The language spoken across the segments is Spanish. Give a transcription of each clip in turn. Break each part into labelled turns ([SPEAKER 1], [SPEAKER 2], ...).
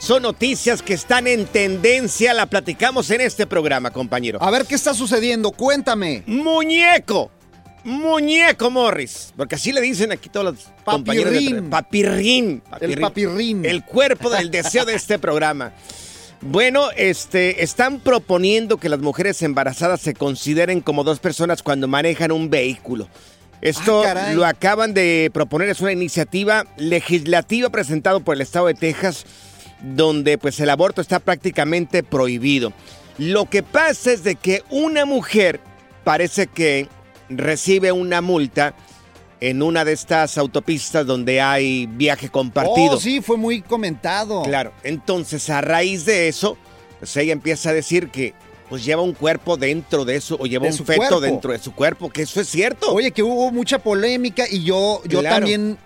[SPEAKER 1] Son noticias que están en tendencia, la platicamos en este programa, compañero.
[SPEAKER 2] A ver qué está sucediendo, cuéntame.
[SPEAKER 1] Muñeco. Muñeco Morris, porque así le dicen aquí todos los compañeros.
[SPEAKER 2] Papirrín.
[SPEAKER 1] De, papirrín,
[SPEAKER 2] El papirrín.
[SPEAKER 1] El cuerpo del deseo de este programa. Bueno, este, están proponiendo que las mujeres embarazadas se consideren como dos personas cuando manejan un vehículo. Esto
[SPEAKER 2] Ah, caray.
[SPEAKER 1] lo acaban de proponer, es una iniciativa legislativa presentada por el estado de Texas, donde pues el aborto está prácticamente prohibido. Lo que pasa es de que una mujer parece que recibe una multa en una de estas autopistas donde hay viaje compartido.
[SPEAKER 2] Oh, sí, fue muy comentado.
[SPEAKER 1] Claro, entonces a raíz de eso, pues ella empieza a decir que pues lleva un cuerpo dentro de eso o lleva
[SPEAKER 2] De
[SPEAKER 1] un
[SPEAKER 2] su
[SPEAKER 1] feto
[SPEAKER 2] cuerpo.
[SPEAKER 1] dentro de su cuerpo, que eso es cierto.
[SPEAKER 2] Oye, que hubo mucha polémica y yo, yo
[SPEAKER 1] Claro.
[SPEAKER 2] también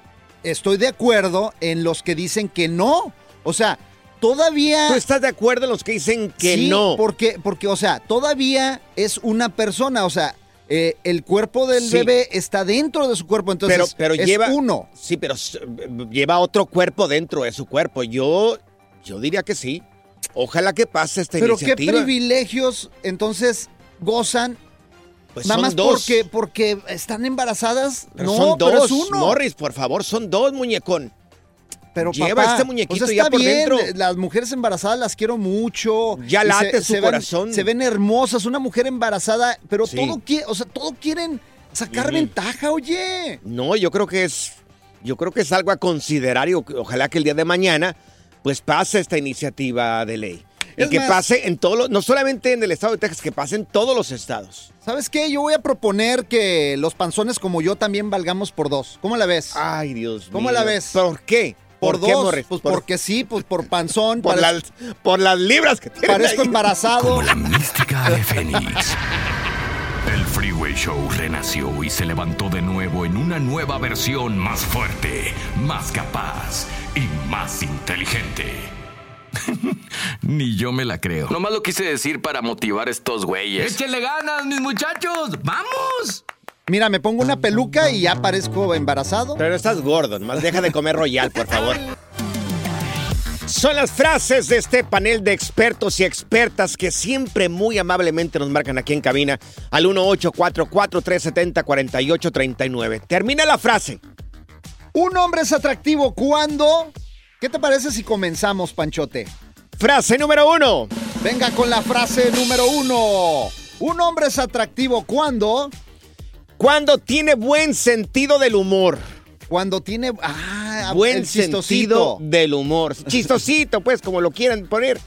[SPEAKER 2] estoy de acuerdo en los que dicen que no. O sea, todavía...
[SPEAKER 1] ¿Tú estás de acuerdo en los que dicen que
[SPEAKER 2] Sí,
[SPEAKER 1] no?
[SPEAKER 2] Porque, porque, o sea, todavía es una persona, o sea, eh, el cuerpo del
[SPEAKER 1] Sí.
[SPEAKER 2] bebé está dentro de su cuerpo, entonces
[SPEAKER 1] pero
[SPEAKER 2] es
[SPEAKER 1] lleva
[SPEAKER 2] uno.
[SPEAKER 1] Sí, pero s- lleva otro cuerpo dentro de su cuerpo. Yo, yo diría que sí. Ojalá que pase esta
[SPEAKER 2] Pero
[SPEAKER 1] iniciativa.
[SPEAKER 2] qué privilegios entonces gozan,
[SPEAKER 1] Pues
[SPEAKER 2] nada
[SPEAKER 1] son
[SPEAKER 2] más
[SPEAKER 1] dos.
[SPEAKER 2] porque, porque están embarazadas.
[SPEAKER 1] Pero
[SPEAKER 2] no,
[SPEAKER 1] son dos.
[SPEAKER 2] pero es uno.
[SPEAKER 1] Morris, por favor, son dos, muñecón.
[SPEAKER 2] pero
[SPEAKER 1] lleva
[SPEAKER 2] papá,
[SPEAKER 1] este muñequito
[SPEAKER 2] o sea, está
[SPEAKER 1] ya por
[SPEAKER 2] bien,
[SPEAKER 1] dentro.
[SPEAKER 2] eh, Las mujeres embarazadas las quiero mucho.
[SPEAKER 1] Ya
[SPEAKER 2] y
[SPEAKER 1] late su
[SPEAKER 2] ven-
[SPEAKER 1] corazón.
[SPEAKER 2] se ven hermosas, una mujer embarazada, pero
[SPEAKER 1] Sí.
[SPEAKER 2] todo qui- o sea, todo quieren sacar
[SPEAKER 1] Ujú.
[SPEAKER 2] ventaja, oye.
[SPEAKER 1] No, yo creo que es, yo creo que es algo a considerar y o- ojalá que el día de mañana, pues pase esta iniciativa de ley.
[SPEAKER 2] Es
[SPEAKER 1] y que
[SPEAKER 2] más-
[SPEAKER 1] pase en todos los, no solamente en el estado de Texas, que pase en todos los estados.
[SPEAKER 2] ¿Sabes qué? Yo voy a proponer que los panzones como yo también valgamos por dos. ¿Cómo la ves?
[SPEAKER 1] Ay, Dios
[SPEAKER 2] ¿Cómo
[SPEAKER 1] mío.
[SPEAKER 2] la ves?
[SPEAKER 1] Ah, ¿Por qué? ¿Por, qué,
[SPEAKER 2] dos.
[SPEAKER 1] Morris?
[SPEAKER 2] Pues
[SPEAKER 1] por,
[SPEAKER 2] porque sí, pues por panzón.
[SPEAKER 1] por
[SPEAKER 2] pare-
[SPEAKER 1] las, por las libras que tiene.
[SPEAKER 2] Parezco embarazado.
[SPEAKER 3] Mística de Fénix. El Freeway Show renació y se levantó de nuevo en una nueva versión más fuerte, más capaz y más inteligente. Ni yo me la creo.
[SPEAKER 4] Nomás lo quise decir para motivar a estos güeyes.
[SPEAKER 3] ¡Échenle ganas, mis muchachos! ¡Vamos!
[SPEAKER 2] Mira, me pongo una peluca y ya parezco embarazado.
[SPEAKER 1] Pero no estás gordo, nomás deja de comer royal, por favor. Son las frases de este panel de expertos y expertas que siempre muy amablemente nos marcan aquí en cabina al 1844-370-4839. Termina la frase.
[SPEAKER 2] Un hombre es atractivo cuando... ¿Qué te parece si comenzamos, Panchote?
[SPEAKER 1] Frase número uno.
[SPEAKER 2] Venga con la frase número uno. Un hombre es atractivo cuando...
[SPEAKER 1] Cuando tiene buen sentido del humor.
[SPEAKER 2] Cuando tiene... Ah,
[SPEAKER 1] Buen
[SPEAKER 2] el chistosito.
[SPEAKER 1] sentido del humor. Chistosito, pues, como lo quieran poner.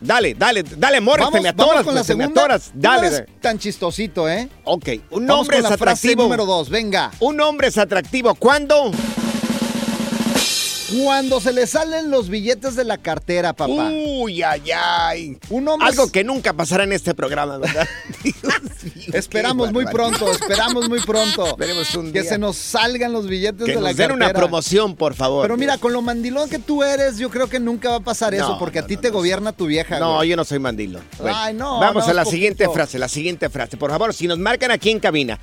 [SPEAKER 1] Dale, dale, dale, Morris, te me atoras, pues, te me atoras.
[SPEAKER 2] Tú no
[SPEAKER 1] Dale.
[SPEAKER 2] eres tan chistosito, ¿eh?
[SPEAKER 1] Ok, un
[SPEAKER 2] Vamos
[SPEAKER 1] hombre
[SPEAKER 2] con
[SPEAKER 1] es
[SPEAKER 2] la frase
[SPEAKER 1] atractivo.
[SPEAKER 2] número dos, venga.
[SPEAKER 1] Un hombre es atractivo cuando.
[SPEAKER 2] Cuando se le salen los billetes de la cartera, papá.
[SPEAKER 1] Uy, ay, ay.
[SPEAKER 2] un hombre
[SPEAKER 1] Uh, Algo
[SPEAKER 2] es-
[SPEAKER 1] que nunca pasará en este programa, ¿verdad? Dios mío,
[SPEAKER 2] Esperamos
[SPEAKER 1] qué
[SPEAKER 2] muy
[SPEAKER 1] barbaridad.
[SPEAKER 2] pronto, esperamos muy pronto.
[SPEAKER 1] Esperemos un
[SPEAKER 2] que
[SPEAKER 1] día.
[SPEAKER 2] se nos salgan los billetes
[SPEAKER 1] Que
[SPEAKER 2] de la
[SPEAKER 1] nos den una
[SPEAKER 2] cartera.
[SPEAKER 1] promoción, por favor.
[SPEAKER 2] Pero mira, con lo mandilón que tú eres, yo creo que nunca va a pasar eso,
[SPEAKER 1] No,
[SPEAKER 2] porque a
[SPEAKER 1] no,
[SPEAKER 2] ti
[SPEAKER 1] no,
[SPEAKER 2] te
[SPEAKER 1] no.
[SPEAKER 2] gobierna tu vieja.
[SPEAKER 1] No,
[SPEAKER 2] güey.
[SPEAKER 1] yo no soy mandilo. Bueno,
[SPEAKER 2] Ay, no,
[SPEAKER 1] Vamos
[SPEAKER 2] no,
[SPEAKER 1] a la
[SPEAKER 2] poquito.
[SPEAKER 1] siguiente frase, la siguiente frase. Por favor, si nos marcan aquí en cabina,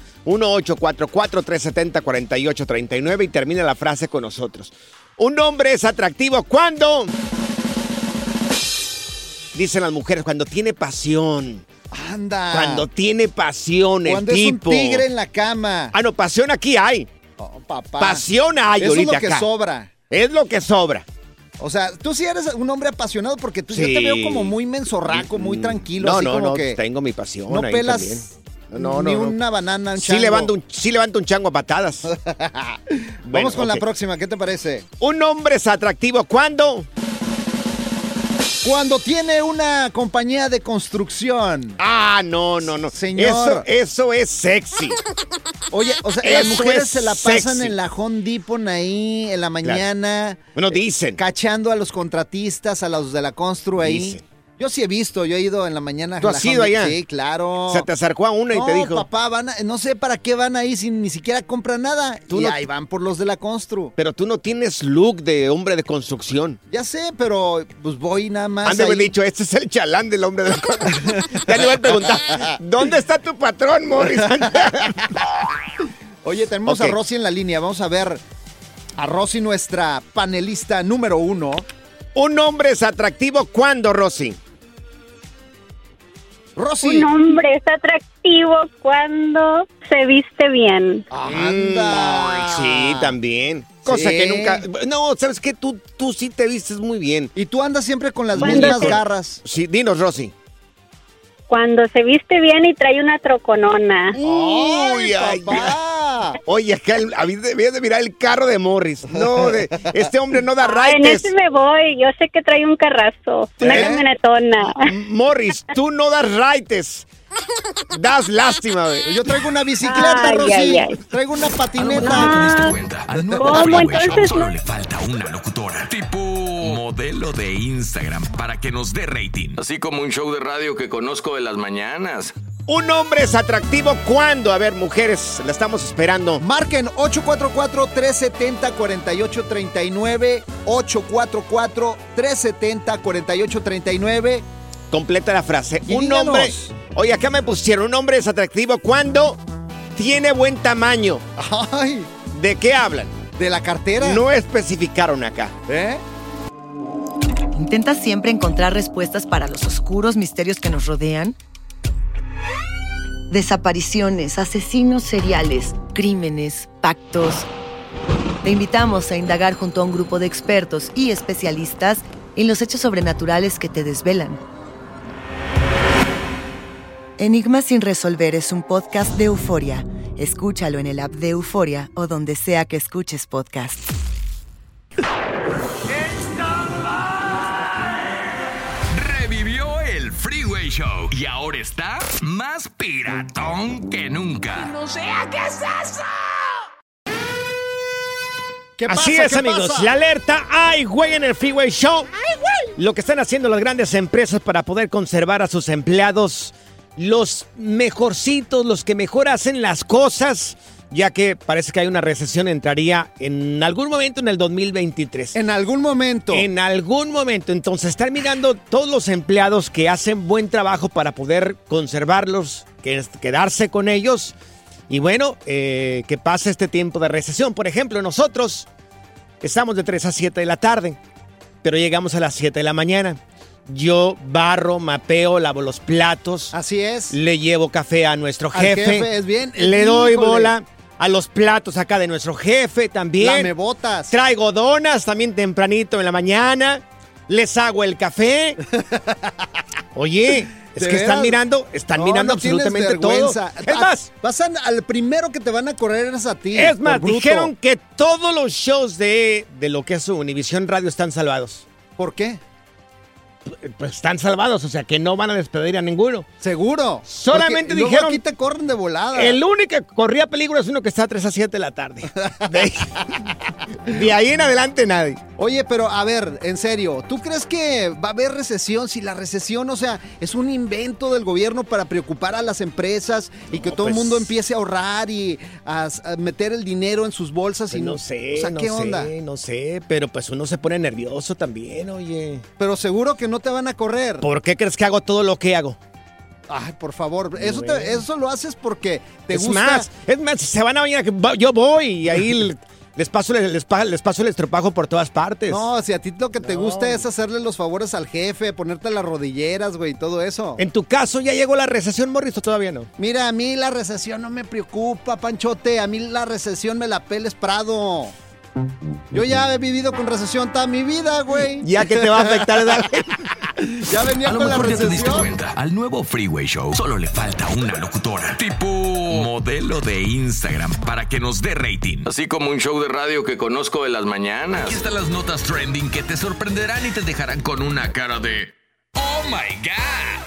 [SPEAKER 1] 1844-370-4839 y termina la frase con nosotros. Un hombre es atractivo cuando... Dicen las mujeres, cuando tiene pasión.
[SPEAKER 2] Anda.
[SPEAKER 1] Cuando tiene pasión el
[SPEAKER 2] Cuando es
[SPEAKER 1] tipo.
[SPEAKER 2] un tigre en la cama.
[SPEAKER 1] Ah, no, pasión aquí hay.
[SPEAKER 2] Oh, papá.
[SPEAKER 1] Pasión hay
[SPEAKER 2] Eso es
[SPEAKER 1] ahorita
[SPEAKER 2] lo que
[SPEAKER 1] acá.
[SPEAKER 2] sobra.
[SPEAKER 1] Es lo que sobra.
[SPEAKER 2] O sea, tú sí eres un hombre apasionado porque tú Pues yo
[SPEAKER 1] Sí. Mm.
[SPEAKER 2] te veo como muy mensorraco, muy tranquilo,
[SPEAKER 1] no,
[SPEAKER 2] así
[SPEAKER 1] no,
[SPEAKER 2] como
[SPEAKER 1] no,
[SPEAKER 2] que
[SPEAKER 1] tengo mi pasión
[SPEAKER 2] no
[SPEAKER 1] ahí
[SPEAKER 2] pelas
[SPEAKER 1] también. No, no,
[SPEAKER 2] ni
[SPEAKER 1] no.
[SPEAKER 2] una banana, un
[SPEAKER 1] Sí
[SPEAKER 2] chango.
[SPEAKER 1] levanta, un, sí levanta un chango a patadas. Bueno,
[SPEAKER 2] Vamos con
[SPEAKER 1] ok.
[SPEAKER 2] la próxima, ¿qué te parece?
[SPEAKER 1] Un hombre es atractivo cuando.
[SPEAKER 2] Cuando tiene una compañía de construcción.
[SPEAKER 1] Ah, no, no, no.
[SPEAKER 2] Señor.
[SPEAKER 1] Eso, eso es sexy.
[SPEAKER 2] Oye, o sea, las
[SPEAKER 1] Eso
[SPEAKER 2] mujeres
[SPEAKER 1] es
[SPEAKER 2] se la pasan
[SPEAKER 1] sexy.
[SPEAKER 2] en la Home Depot ahí en la mañana.
[SPEAKER 1] Bueno, dicen.
[SPEAKER 2] Cachando a los contratistas, a los de la constru ahí.
[SPEAKER 1] Dicen.
[SPEAKER 2] Yo sí he visto, yo he ido en la mañana.
[SPEAKER 1] ¿Tú
[SPEAKER 2] a la
[SPEAKER 1] has
[SPEAKER 2] Home
[SPEAKER 1] ido
[SPEAKER 2] Depot.
[SPEAKER 1] allá?
[SPEAKER 2] Sí, claro.
[SPEAKER 1] Se te acercó a una y
[SPEAKER 2] no,
[SPEAKER 1] te dijo.
[SPEAKER 2] papá, van a- no sé para qué van ahí si ni siquiera compran nada.
[SPEAKER 1] Tú
[SPEAKER 2] y
[SPEAKER 1] no-
[SPEAKER 2] ahí van por los de la constru.
[SPEAKER 1] Pero tú no tienes look de hombre de construcción.
[SPEAKER 2] Ya sé, pero pues voy nada más
[SPEAKER 1] Han de haber
[SPEAKER 2] ahí.
[SPEAKER 1] dicho, este es el chalán del hombre de la construcción. ya le voy a preguntar, ¿dónde está tu patrón, Morrison?
[SPEAKER 2] Oye, tenemos
[SPEAKER 1] Ok.
[SPEAKER 2] a Rosy en la línea. Vamos a ver a Rosy, nuestra panelista número uno.
[SPEAKER 1] Un hombre es atractivo cuando, Rosy.
[SPEAKER 2] Rosy.
[SPEAKER 5] Un hombre es atractivo cuando se viste bien.
[SPEAKER 2] Anda.
[SPEAKER 1] Mm, sí, también. Cosa
[SPEAKER 2] Sí.
[SPEAKER 1] que nunca. No, ¿sabes qué? Tú, tú sí te vistes muy bien.
[SPEAKER 2] Y tú andas siempre con las
[SPEAKER 5] Cuando
[SPEAKER 2] mismas
[SPEAKER 5] te-
[SPEAKER 2] garras.
[SPEAKER 1] Sí, dinos, Rosy.
[SPEAKER 5] Cuando se viste bien y trae una troconona.
[SPEAKER 1] Uy, ay,
[SPEAKER 2] papá!
[SPEAKER 1] Oye, acá el- habías de habías de mirar el carro de Morris. No, de- este hombre no da
[SPEAKER 5] Ah, en
[SPEAKER 1] raites.
[SPEAKER 2] este
[SPEAKER 5] ese me voy. Yo sé que trae un carrazo, una
[SPEAKER 1] ¿Eh?
[SPEAKER 5] camionetona.
[SPEAKER 1] Morris, tú no das raites. Das lástima, güey.
[SPEAKER 2] Yo traigo una bicicleta,
[SPEAKER 5] Ay,
[SPEAKER 2] Rosy.
[SPEAKER 5] ay, ay.
[SPEAKER 2] Traigo una
[SPEAKER 5] Ah.
[SPEAKER 2] patineta.
[SPEAKER 4] ¿Te diste cuenta? Al nuevo
[SPEAKER 5] ¿Cómo?
[SPEAKER 4] Freeway Show
[SPEAKER 5] Entonces
[SPEAKER 4] solo
[SPEAKER 5] no-
[SPEAKER 4] le falta una locutora. Tipo modelo de Instagram para que nos dé rating.
[SPEAKER 3] Así como un show de radio que conozco de las mañanas.
[SPEAKER 1] Un hombre es atractivo cuando. A ver, mujeres, la estamos esperando.
[SPEAKER 2] Marquen 844-370-4839. 844-370-4839.
[SPEAKER 1] Completa la frase.
[SPEAKER 2] Y
[SPEAKER 1] un
[SPEAKER 2] díganos.
[SPEAKER 1] hombre. Oye, acá me pusieron. Un hombre es atractivo cuando tiene buen tamaño.
[SPEAKER 2] ¡Ay!
[SPEAKER 1] ¿De qué hablan?
[SPEAKER 2] ¿De la cartera?
[SPEAKER 1] No especificaron acá.
[SPEAKER 2] ¿Eh?
[SPEAKER 6] ¿Intentas siempre encontrar respuestas para los oscuros misterios que nos rodean? Desapariciones, asesinos seriales, crímenes, pactos. Te invitamos a indagar junto a un grupo de expertos y especialistas en los hechos sobrenaturales que te desvelan. Enigma sin resolver es un podcast de euforia. Escúchalo en el app de Euforia o donde sea que escuches podcasts.
[SPEAKER 3] Revivió el Freeway Show y ahora está más piratón que nunca.
[SPEAKER 2] ¿Qué
[SPEAKER 1] Así
[SPEAKER 2] pasa?
[SPEAKER 1] es,
[SPEAKER 2] ¿Qué
[SPEAKER 1] amigos.
[SPEAKER 2] pasa?
[SPEAKER 1] La alerta, ¡ay, güey! En el Freeway Show. Lo que están haciendo las grandes empresas para poder conservar a sus empleados, los mejorcitos, los que mejor hacen las cosas, ya que parece que hay una recesión, entraría en algún momento en el 2023.
[SPEAKER 2] En algún momento.
[SPEAKER 1] En algún momento. Entonces, están mirando todos los empleados que hacen buen trabajo para poder conservarlos, que es- quedarse con ellos. Y bueno, eh, que pase este tiempo de recesión. Por ejemplo, nosotros estamos de 3 a 7 de la tarde, pero llegamos a las 7 de la mañana. Yo barro, mapeo, lavo los platos,
[SPEAKER 2] Así es.
[SPEAKER 1] le llevo café a nuestro
[SPEAKER 2] Al
[SPEAKER 1] jefe.
[SPEAKER 2] jefe, es bien.
[SPEAKER 1] Le doy
[SPEAKER 2] Híjole.
[SPEAKER 1] bola a los platos acá de nuestro jefe también.
[SPEAKER 2] Lame botas.
[SPEAKER 1] Traigo donas también tempranito en la mañana. Les hago el café. Oye, es
[SPEAKER 2] ¿De
[SPEAKER 1] que están
[SPEAKER 2] veras?
[SPEAKER 1] mirando, están
[SPEAKER 2] No,
[SPEAKER 1] mirando
[SPEAKER 2] no tienes
[SPEAKER 1] absolutamente todo.
[SPEAKER 2] vergüenza.
[SPEAKER 1] Es más,
[SPEAKER 2] Ah, vas a- al primero que te van a correr es a ti.
[SPEAKER 1] es
[SPEAKER 2] por
[SPEAKER 1] más,
[SPEAKER 2] bruto.
[SPEAKER 1] dijeron que todos los shows de, de lo que es Univisión Radio están salvados.
[SPEAKER 2] ¿Por qué?
[SPEAKER 1] Pues están salvados, o sea que no van a despedir a ninguno.
[SPEAKER 2] Seguro.
[SPEAKER 1] Solamente
[SPEAKER 2] Porque luego
[SPEAKER 1] dijeron-
[SPEAKER 2] aquí te corren de volada.
[SPEAKER 1] El único que corría peligro es uno que está a 3 a 7 de la tarde. De ahí, de ahí en adelante nadie.
[SPEAKER 2] Oye, pero a ver, en serio, ¿tú crees que va a haber recesión? Si la recesión, o sea, es un invento del gobierno para preocupar a las empresas y que todo el
[SPEAKER 1] pues-
[SPEAKER 2] mundo empiece a ahorrar y a, a meter el dinero en sus bolsas y
[SPEAKER 1] Pues no sé,
[SPEAKER 2] o sea,
[SPEAKER 1] no
[SPEAKER 2] ¿qué onda?
[SPEAKER 1] sé, no sé, pero pues uno se pone nervioso también, oye.
[SPEAKER 2] Pero seguro que no te van a correr.
[SPEAKER 1] ¿Por qué crees que hago todo lo que hago?
[SPEAKER 2] Ay, por favor, eso, te-
[SPEAKER 1] Bueno.
[SPEAKER 2] eso lo haces porque te
[SPEAKER 1] es
[SPEAKER 2] gusta.
[SPEAKER 1] más, es más, si se van a bañar, que va- yo voy y ahí l- les, paso, el- les, pa- les paso el estropajo por todas partes.
[SPEAKER 2] No, si a ti lo que te
[SPEAKER 1] No.
[SPEAKER 2] gusta es hacerle los favores al jefe, ponerte las rodilleras, güey, y todo eso.
[SPEAKER 1] En tu caso, ¿ya llegó la recesión, Morris, o todavía no?
[SPEAKER 2] Mira, a mí la recesión no me preocupa, Panchote. A mí la recesión me la peles Prado. Yo ya he vivido con recesión toda mi vida, güey.
[SPEAKER 1] Ya que te va a afectar. ¿verdad?
[SPEAKER 2] Ya venía
[SPEAKER 4] A lo
[SPEAKER 2] con la
[SPEAKER 4] mejor ya te diste
[SPEAKER 2] recesión.
[SPEAKER 4] cuenta. Al nuevo Freeway Show solo le falta una locutora. Tipo modelo de Instagram para que nos dé rating.
[SPEAKER 7] Así como un show de radio que conozco de las
[SPEAKER 4] Aquí
[SPEAKER 7] mañanas.
[SPEAKER 4] están las notas trending que te sorprenderán y te dejarán con una cara de ¡Oh my God!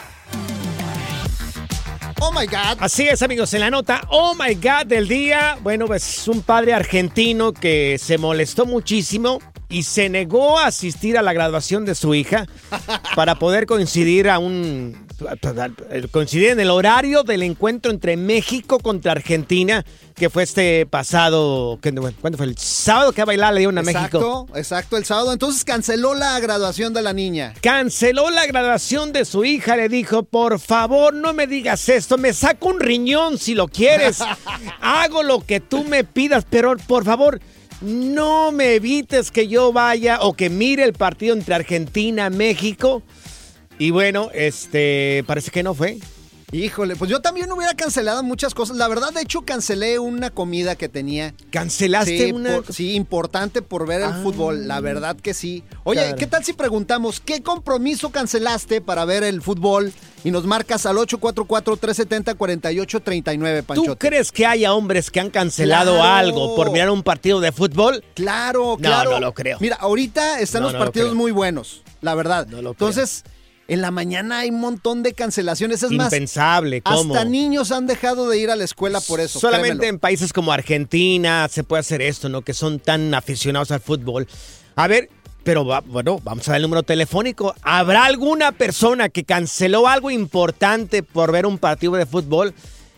[SPEAKER 2] Oh my God.
[SPEAKER 1] Así es, amigos, en la nota Oh My God del día, bueno, pues es un padre argentino que se molestó muchísimo y se negó a asistir a la graduación de su hija para poder coincidir a un coincidir en el horario del encuentro entre México contra Argentina que fue este pasado ¿qué- bueno, ¿cuándo fue? El sábado que a bailar le dieron a México.
[SPEAKER 2] Exacto, exacto, el sábado. Entonces canceló la graduación de la niña.
[SPEAKER 1] Canceló la graduación de su hija, le dijo, por favor no me digas esto, me saco un riñón si lo quieres, hago lo que tú me pidas, pero por favor no me evites que yo vaya o que mire el partido entre Argentina, México. Y bueno, este, parece que no fue.
[SPEAKER 2] Híjole, pues yo también hubiera cancelado muchas cosas. La verdad, de hecho, cancelé una comida que tenía.
[SPEAKER 1] Cancelaste
[SPEAKER 2] Sí,
[SPEAKER 1] una... Ah.
[SPEAKER 2] por- sí, importante por ver el fútbol, la verdad que sí. Oye,
[SPEAKER 1] Claro.
[SPEAKER 2] ¿qué tal si preguntamos qué compromiso cancelaste para ver el fútbol? Y nos marcas al 844-370-4839,
[SPEAKER 1] ¿Tú
[SPEAKER 2] Panchote.
[SPEAKER 1] crees que haya hombres que han cancelado
[SPEAKER 2] Claro.
[SPEAKER 1] algo por mirar un partido de fútbol?
[SPEAKER 2] Claro,
[SPEAKER 1] No,
[SPEAKER 2] claro.
[SPEAKER 1] no lo creo.
[SPEAKER 2] Mira, ahorita están
[SPEAKER 1] No,
[SPEAKER 2] los
[SPEAKER 1] no lo
[SPEAKER 2] partidos
[SPEAKER 1] creo.
[SPEAKER 2] muy buenos, la verdad.
[SPEAKER 1] No lo creo.
[SPEAKER 2] Entonces, en la mañana hay un montón de cancelaciones. Es más,
[SPEAKER 1] Impensable, ¿cómo?
[SPEAKER 2] hasta niños han dejado de ir a la escuela por eso.
[SPEAKER 1] Solamente
[SPEAKER 2] créemelo.
[SPEAKER 1] en países como Argentina se puede hacer esto, ¿no? Que son tan aficionados al fútbol. A ver, pero va- bueno, vamos a ver el número telefónico. ¿Habrá alguna persona que canceló algo importante por ver un partido de fútbol?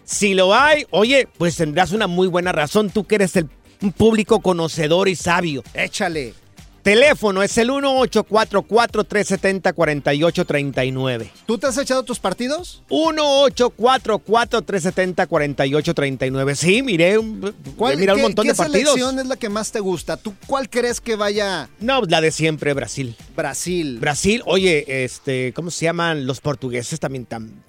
[SPEAKER 1] Si lo hay, oye, pues tendrás una muy buena razón. Tú que eres el, un público conocedor y sabio.
[SPEAKER 2] Échale.
[SPEAKER 1] Teléfono es el 1844-370-4839.
[SPEAKER 2] ¿Tú te has echado tus partidos?
[SPEAKER 1] 1-844-370-4839. Sí, miré, un-
[SPEAKER 2] ¿Cuál-
[SPEAKER 1] miré un
[SPEAKER 2] qué-
[SPEAKER 1] montón
[SPEAKER 2] qué
[SPEAKER 1] de partidos.
[SPEAKER 2] selección es la que más te gusta? ¿Tú cuál crees que vaya
[SPEAKER 1] No, la de siempre, Brasil.
[SPEAKER 2] Brasil?
[SPEAKER 1] Brasil, oye, este, ¿cómo se llaman los portugueses también tan?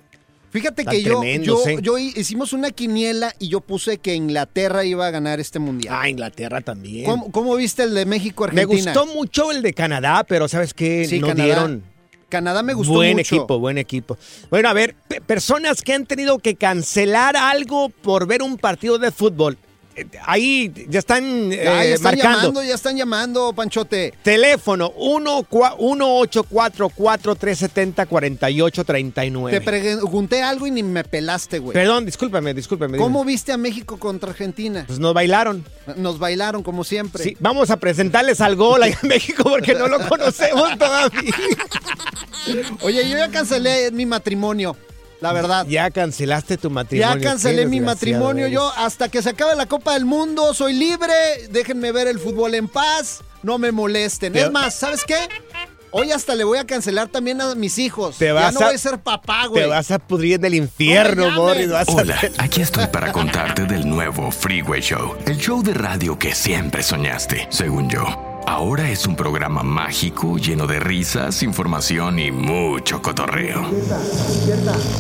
[SPEAKER 2] Fíjate
[SPEAKER 1] Tan
[SPEAKER 2] que yo,
[SPEAKER 1] tremendos,
[SPEAKER 2] yo,
[SPEAKER 1] ¿eh?
[SPEAKER 2] yo hi- hicimos una quiniela y yo puse que Inglaterra iba a ganar este mundial.
[SPEAKER 1] Ah, Inglaterra también.
[SPEAKER 2] ¿Cómo, cómo viste el de México-Argentina?
[SPEAKER 1] Me gustó mucho el de Canadá, pero sabes qué,
[SPEAKER 2] Sí,
[SPEAKER 1] no
[SPEAKER 2] Canadá.
[SPEAKER 1] dieron.
[SPEAKER 2] Canadá me gustó
[SPEAKER 1] buen
[SPEAKER 2] mucho.
[SPEAKER 1] equipo, buen equipo. Bueno, a ver, pe- personas que han tenido que cancelar algo por ver un partido de fútbol. Eh, Ahí ya están, eh,
[SPEAKER 2] Ah, ya están
[SPEAKER 1] marcando.
[SPEAKER 2] llamando, ya están llamando, Panchote.
[SPEAKER 1] Teléfono 1-844-370-4839.
[SPEAKER 2] Te pregunté algo y ni me pelaste, güey.
[SPEAKER 1] Perdón, discúlpame, discúlpame.
[SPEAKER 2] ¿Cómo
[SPEAKER 1] dime.
[SPEAKER 2] viste a México contra Argentina?
[SPEAKER 1] Pues no bailaron.
[SPEAKER 2] Nos bailaron como siempre.
[SPEAKER 1] Sí, vamos a presentarles al gol allá en México porque no lo conocemos todavía.
[SPEAKER 2] Oye, yo ya cancelé mi matrimonio, la verdad.
[SPEAKER 1] Ya cancelaste tu
[SPEAKER 2] Ya
[SPEAKER 1] matrimonio.
[SPEAKER 2] cancelé
[SPEAKER 1] qué
[SPEAKER 2] mi
[SPEAKER 1] desgraciado
[SPEAKER 2] matrimonio
[SPEAKER 1] eres.
[SPEAKER 2] yo hasta que se acabe la Copa del Mundo, soy libre, déjenme ver el fútbol en paz, no me molesten.
[SPEAKER 1] Te-
[SPEAKER 2] Es más, ¿sabes qué? Hoy hasta le voy a cancelar también a mis hijos.
[SPEAKER 1] Te
[SPEAKER 2] ya
[SPEAKER 1] vas
[SPEAKER 2] no
[SPEAKER 1] a-
[SPEAKER 2] voy a ser papá, güey.
[SPEAKER 1] Te vas a pudrir del infierno,
[SPEAKER 2] No me
[SPEAKER 1] Boris.
[SPEAKER 2] llames.
[SPEAKER 1] vas a-
[SPEAKER 4] Hola, aquí estoy para contarte del nuevo Freeway Show, el show de radio que siempre soñaste, según yo. Ahora es un programa mágico, lleno de risas, información y mucho cotorreo.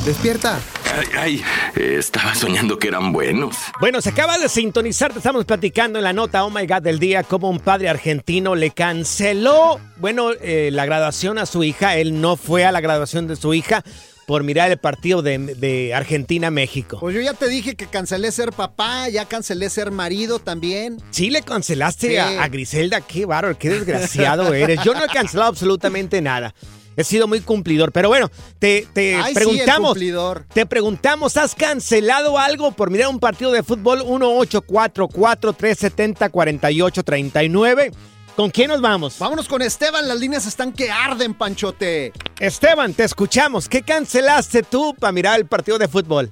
[SPEAKER 2] Despierta.
[SPEAKER 4] Ay, ay, estaba soñando que eran buenos.
[SPEAKER 1] Bueno, se acaba de sintonizar, te estamos platicando en la nota Oh My God del día cómo un padre argentino le canceló, bueno, eh, la graduación a su hija, él no fue a la graduación de su hija por mirar el partido de, de Argentina-México.
[SPEAKER 2] Pues yo ya te dije que cancelé ser papá, ya cancelé ser marido también.
[SPEAKER 1] Sí, le cancelaste
[SPEAKER 2] Sí.
[SPEAKER 1] a, a Griselda, qué bárbaro, qué desgraciado eres. Yo no he cancelado absolutamente nada. He sido muy cumplidor, pero bueno, te, te
[SPEAKER 2] Ay,
[SPEAKER 1] Eh,
[SPEAKER 2] sí, el
[SPEAKER 1] preguntamos.
[SPEAKER 2] cumplidor.
[SPEAKER 1] Te preguntamos, ¿has cancelado algo por mirar un partido de fútbol 1844-370-4839? ¿Con quién nos vamos?
[SPEAKER 2] Vámonos con Esteban, las líneas están que arden, Panchote.
[SPEAKER 1] Esteban, te escuchamos. ¿Qué cancelaste tú para mirar el partido de fútbol?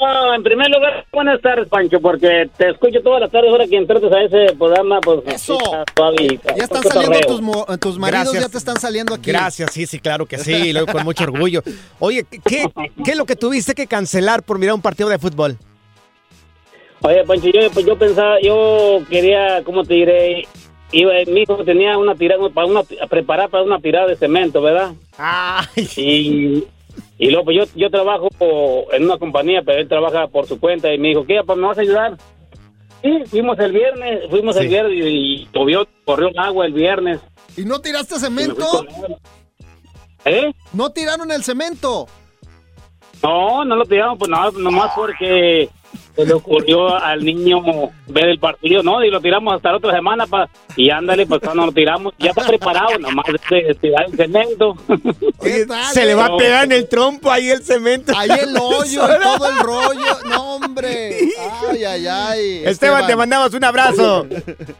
[SPEAKER 8] Ah, en primer lugar, buenas tardes, Pancho, porque te escucho todas las tardes ahora que entraste a ese programa. Pues,
[SPEAKER 2] Eso.
[SPEAKER 8] está suave y-
[SPEAKER 2] Ya están
[SPEAKER 8] está
[SPEAKER 2] saliendo
[SPEAKER 8] cotorreo.
[SPEAKER 2] tus, mo- tus maridos,
[SPEAKER 1] Gracias.
[SPEAKER 2] ya te están saliendo aquí.
[SPEAKER 1] Gracias, sí, sí, claro que sí, y luego con mucho orgullo. Oye, ¿qué, ¿qué es lo que tuviste que cancelar por mirar un partido de fútbol?
[SPEAKER 8] Oye, Pancho, yo, pues, yo pensaba, yo quería, ¿cómo te diré? Iba, mi hijo tenía una tirada, para una, a preparar para una tirada de cemento, ¿verdad?
[SPEAKER 1] Ay,
[SPEAKER 8] Y, y luego, pues, yo, yo trabajo en una compañía, pero él trabaja por su cuenta. Y me dijo, ¿qué, papá, me vas a ayudar? Sí, fuimos el viernes, fuimos
[SPEAKER 1] Sí.
[SPEAKER 8] el viernes y, y llovió, corrió el agua el viernes.
[SPEAKER 2] ¿Y no tiraste
[SPEAKER 8] Y me fui
[SPEAKER 2] cemento?
[SPEAKER 8] con él. ¿Eh?
[SPEAKER 2] No tiraron el cemento.
[SPEAKER 8] No, no lo tiraron, pues nada, nomás porque se le ocurrió al niño ver el partido, ¿no? Y lo tiramos hasta la otra semana pa, y ándale, pues no lo tiramos. Ya está preparado, nomás este, tirar el cemento.
[SPEAKER 1] Oye,
[SPEAKER 2] ¿Qué tal,
[SPEAKER 1] se le va a
[SPEAKER 8] No.
[SPEAKER 1] pegar en el trompo ahí el cemento.
[SPEAKER 2] Ahí el hoyo, y todo el rollo. No, hombre. Ay, ay, ay.
[SPEAKER 1] Esteban, te mandamos un abrazo.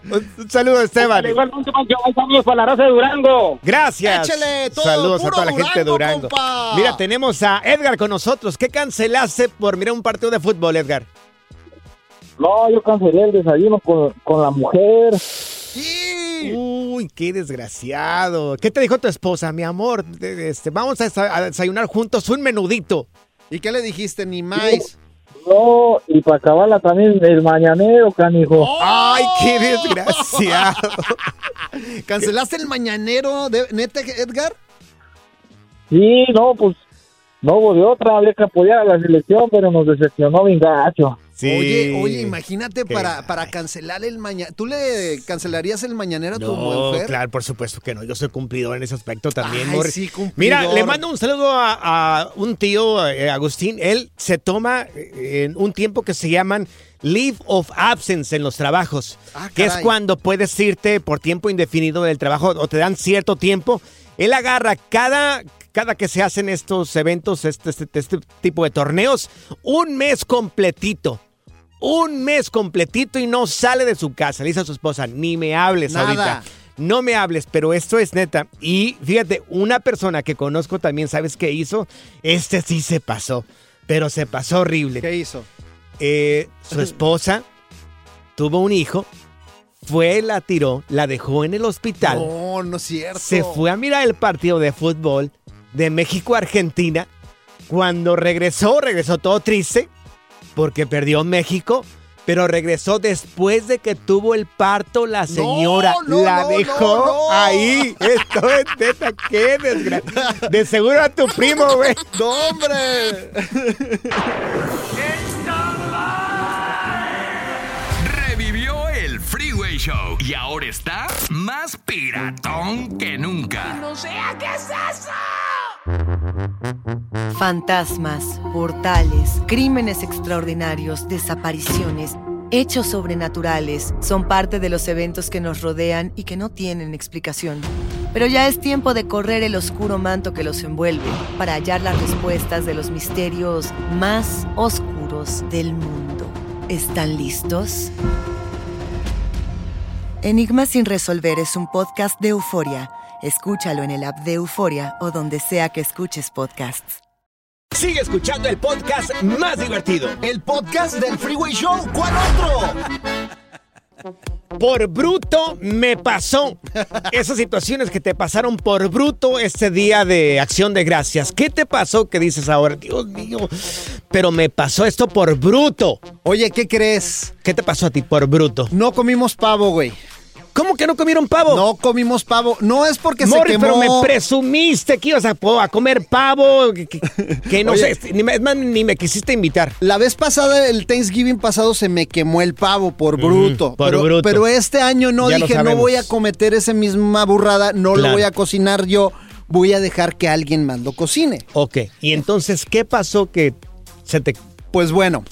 [SPEAKER 1] Un, un saludo, Esteban.
[SPEAKER 8] Igualmente, Pancho, un saludo para la raza de Durango.
[SPEAKER 1] Gracias.
[SPEAKER 2] Échele todo,
[SPEAKER 1] Saludos a
[SPEAKER 2] puro
[SPEAKER 1] toda la gente de Durango.
[SPEAKER 2] Durango, compa.
[SPEAKER 1] Mira, tenemos a Edgar con nosotros. ¿Qué cancelaste por mirar un partido de fútbol, Edgar?
[SPEAKER 8] No, yo cancelé el desayuno con, con la mujer.
[SPEAKER 2] Sí.
[SPEAKER 1] Uy, qué desgraciado. ¿Qué te dijo tu esposa, mi amor? de- Este, vamos a desa- a desayunar juntos un menudito.
[SPEAKER 2] ¿Y qué le dijiste? Ni más.
[SPEAKER 8] No, y para acabarla también el mañanero, canijo.
[SPEAKER 1] Oh.
[SPEAKER 2] ¡Oh!
[SPEAKER 1] Ay, qué desgraciado.
[SPEAKER 2] ¿Cancelaste el mañanero, de, neta, Edgar?
[SPEAKER 8] Sí, no, pues no hubo de otra, había que apoyar a la selección, pero nos decepcionó bien gacho.
[SPEAKER 1] Sí.
[SPEAKER 2] Oye, oye, imagínate
[SPEAKER 1] Qué
[SPEAKER 2] para, para cancelar el mañana. ¿Tú le cancelarías el mañanero a tu
[SPEAKER 1] No,
[SPEAKER 2] mujer?
[SPEAKER 1] claro, por supuesto que no. Yo soy cumplidor en ese aspecto también.
[SPEAKER 2] Ay,
[SPEAKER 1] Morris.
[SPEAKER 2] sí, cumplidor.
[SPEAKER 1] Mira, le mando un saludo a, a un tío, eh, Agustín. Él se toma eh, en un tiempo que se llaman leave of absence en los trabajos,
[SPEAKER 2] Ah,
[SPEAKER 1] que es
[SPEAKER 2] caray.
[SPEAKER 1] cuando puedes irte por tiempo indefinido del trabajo o te dan cierto tiempo. Él agarra cada... Cada que se hacen estos eventos, este- este- este tipo de torneos, un mes completito un mes completito y no sale de su casa. Le dice a su esposa, ni me hables
[SPEAKER 2] Nada.
[SPEAKER 1] ahorita. No me hables, pero esto es neta. Y fíjate, una persona que conozco también, ¿sabes qué hizo? Este sí se pasó, pero se pasó horrible.
[SPEAKER 2] ¿Qué hizo?
[SPEAKER 1] Eh, su esposa tuvo un hijo, fue, la tiró, la dejó en el hospital.
[SPEAKER 2] No, no es cierto.
[SPEAKER 1] Se fue a mirar el partido de fútbol de México-Argentina. Cuando regresó, regresó todo triste porque perdió México, pero regresó después de que tuvo el parto la señora.
[SPEAKER 2] no,
[SPEAKER 1] la
[SPEAKER 2] no,
[SPEAKER 1] dejó
[SPEAKER 2] no, no.
[SPEAKER 1] ahí. Esto es neta, qué desgracia. De seguro a tu primo, güey.
[SPEAKER 2] ¡No, hombre!
[SPEAKER 4] Revivió el Freeway Show y ahora está más piratón que nunca.
[SPEAKER 6] Fantasmas, portales, crímenes extraordinarios, desapariciones, hechos sobrenaturales son parte de los eventos que nos rodean y que no tienen explicación. Pero ya es tiempo de correr el oscuro manto que los envuelve para hallar las respuestas de los misterios más oscuros del mundo. ¿Están listos? Enigma sin resolver es un podcast de euforia. Escúchalo en el app de Euforia o donde sea que escuches podcasts.
[SPEAKER 1] Sigue escuchando el podcast más divertido.
[SPEAKER 2] El podcast del Freeway Show. ¿Cuál otro?
[SPEAKER 1] Por bruto me pasó. Esas situaciones que te pasaron por bruto este día de acción de gracias. ¿Qué te pasó que dices ahora? Dios mío, pero me pasó esto por bruto.
[SPEAKER 2] Oye, ¿qué crees?
[SPEAKER 1] ¿Qué te pasó a ti por bruto?
[SPEAKER 2] No comimos pavo, güey.
[SPEAKER 1] ¿Cómo que no comieron pavo?
[SPEAKER 2] No comimos pavo. No es porque
[SPEAKER 1] Morris,
[SPEAKER 2] se
[SPEAKER 1] pero
[SPEAKER 2] quemó.
[SPEAKER 1] me presumiste que ibas a, po- a comer pavo, que, que- que no
[SPEAKER 2] Oye.
[SPEAKER 1] sé, ni me, es más, ni me quisiste invitar.
[SPEAKER 2] La vez pasada, el Thanksgiving pasado, se me quemó el pavo por bruto.
[SPEAKER 1] por
[SPEAKER 2] pero,
[SPEAKER 1] bruto.
[SPEAKER 2] pero este año no
[SPEAKER 1] Ya lo
[SPEAKER 2] dije, no
[SPEAKER 1] sabemos.
[SPEAKER 2] voy a cometer esa misma burrada, no lo
[SPEAKER 1] Claro.
[SPEAKER 2] voy a cocinar yo, voy a dejar que alguien más lo cocine.
[SPEAKER 1] Ok, y entonces, ¿qué pasó que se te...
[SPEAKER 2] Pues bueno,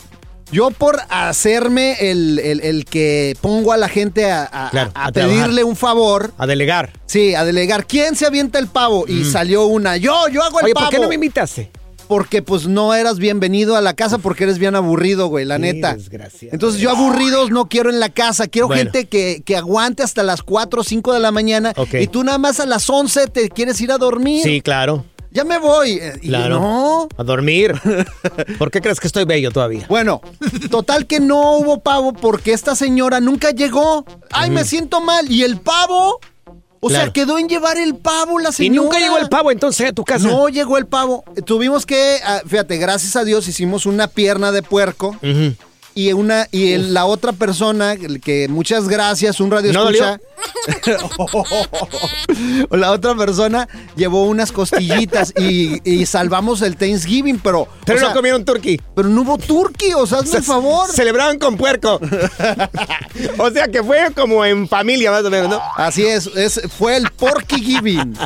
[SPEAKER 2] yo por hacerme el, el- el que pongo a la gente a, a-
[SPEAKER 1] Claro,
[SPEAKER 2] a
[SPEAKER 1] a trabajar.
[SPEAKER 2] pedirle un favor.
[SPEAKER 1] a delegar?
[SPEAKER 2] Sí, a delegar. ¿Quién se avienta el pavo? Y salió una. Yo, yo hago
[SPEAKER 1] Mm.
[SPEAKER 2] el
[SPEAKER 1] Oye,
[SPEAKER 2] pavo.
[SPEAKER 1] ¿por qué no me invitaste?
[SPEAKER 2] Porque pues no eras bienvenido a la casa porque eres bien aburrido, güey, la
[SPEAKER 1] Qué
[SPEAKER 2] neta.
[SPEAKER 1] desgraciado.
[SPEAKER 2] Entonces yo aburridos no quiero en la casa, quiero
[SPEAKER 1] Bueno.
[SPEAKER 2] gente que, que aguante hasta las 4 o 5 de la mañana
[SPEAKER 1] Ok.
[SPEAKER 2] y tú nada más a las 11 te quieres ir a dormir.
[SPEAKER 1] Sí, claro.
[SPEAKER 2] Ya me voy. Eh, y
[SPEAKER 1] Claro.
[SPEAKER 2] no.
[SPEAKER 1] A dormir. ¿Por qué crees que estoy bello todavía?
[SPEAKER 2] Bueno, total que no hubo pavo porque esta señora nunca llegó. Ay, me siento mal. ¿Y el pavo? O sea,
[SPEAKER 1] Claro.
[SPEAKER 2] quedó en llevar el pavo la
[SPEAKER 1] Y
[SPEAKER 2] señora.
[SPEAKER 1] nunca llegó el pavo entonces a tu casa.
[SPEAKER 2] No llegó el pavo. Tuvimos que, ah, fíjate, gracias a Dios hicimos una pierna de puerco
[SPEAKER 1] Ujú.
[SPEAKER 2] y una y el- la otra persona el que muchas gracias, un radio
[SPEAKER 1] ¿No
[SPEAKER 2] escucha. O La otra persona llevó unas costillitas y, y salvamos el Thanksgiving, pero.
[SPEAKER 1] Pero
[SPEAKER 2] o
[SPEAKER 1] no
[SPEAKER 2] sea,
[SPEAKER 1] comieron turkey.
[SPEAKER 2] pero no hubo turkey, o sea, hazme el favor.
[SPEAKER 1] Celebraron con puerco. o sea que fue como en familia, más o menos, ¿no?
[SPEAKER 2] Así es, es, fue el Porky Giving.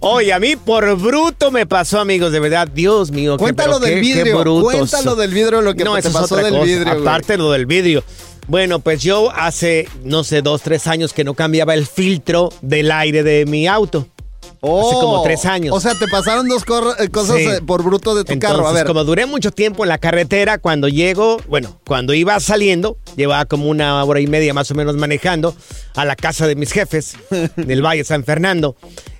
[SPEAKER 1] Oye, a mí por bruto me pasó, amigos, de verdad. Dios mío. qué- pero
[SPEAKER 2] Cuéntalo del
[SPEAKER 1] qué- qué
[SPEAKER 2] vidrio,
[SPEAKER 1] brutos.
[SPEAKER 2] cuéntalo del vidrio lo que
[SPEAKER 1] no,
[SPEAKER 2] te
[SPEAKER 1] eso es
[SPEAKER 2] pasó
[SPEAKER 1] otra
[SPEAKER 2] del
[SPEAKER 1] cosa,
[SPEAKER 2] vidrio, güey.
[SPEAKER 1] Aparte lo del vidrio. Bueno, pues yo hace, no sé, dos, tres años que no cambiaba el filtro del aire de mi auto. Hace como tres años.
[SPEAKER 2] Oh, O sea, te pasaron dos cor- eh, cosas
[SPEAKER 1] Sí.
[SPEAKER 2] eh, por bruto de tu
[SPEAKER 1] Entonces,
[SPEAKER 2] carro. A ver,
[SPEAKER 1] como duré mucho tiempo en la carretera, cuando llego, bueno, cuando iba saliendo, llevaba como una hora y media más o menos manejando a la casa de mis jefes del Valle San Fernando.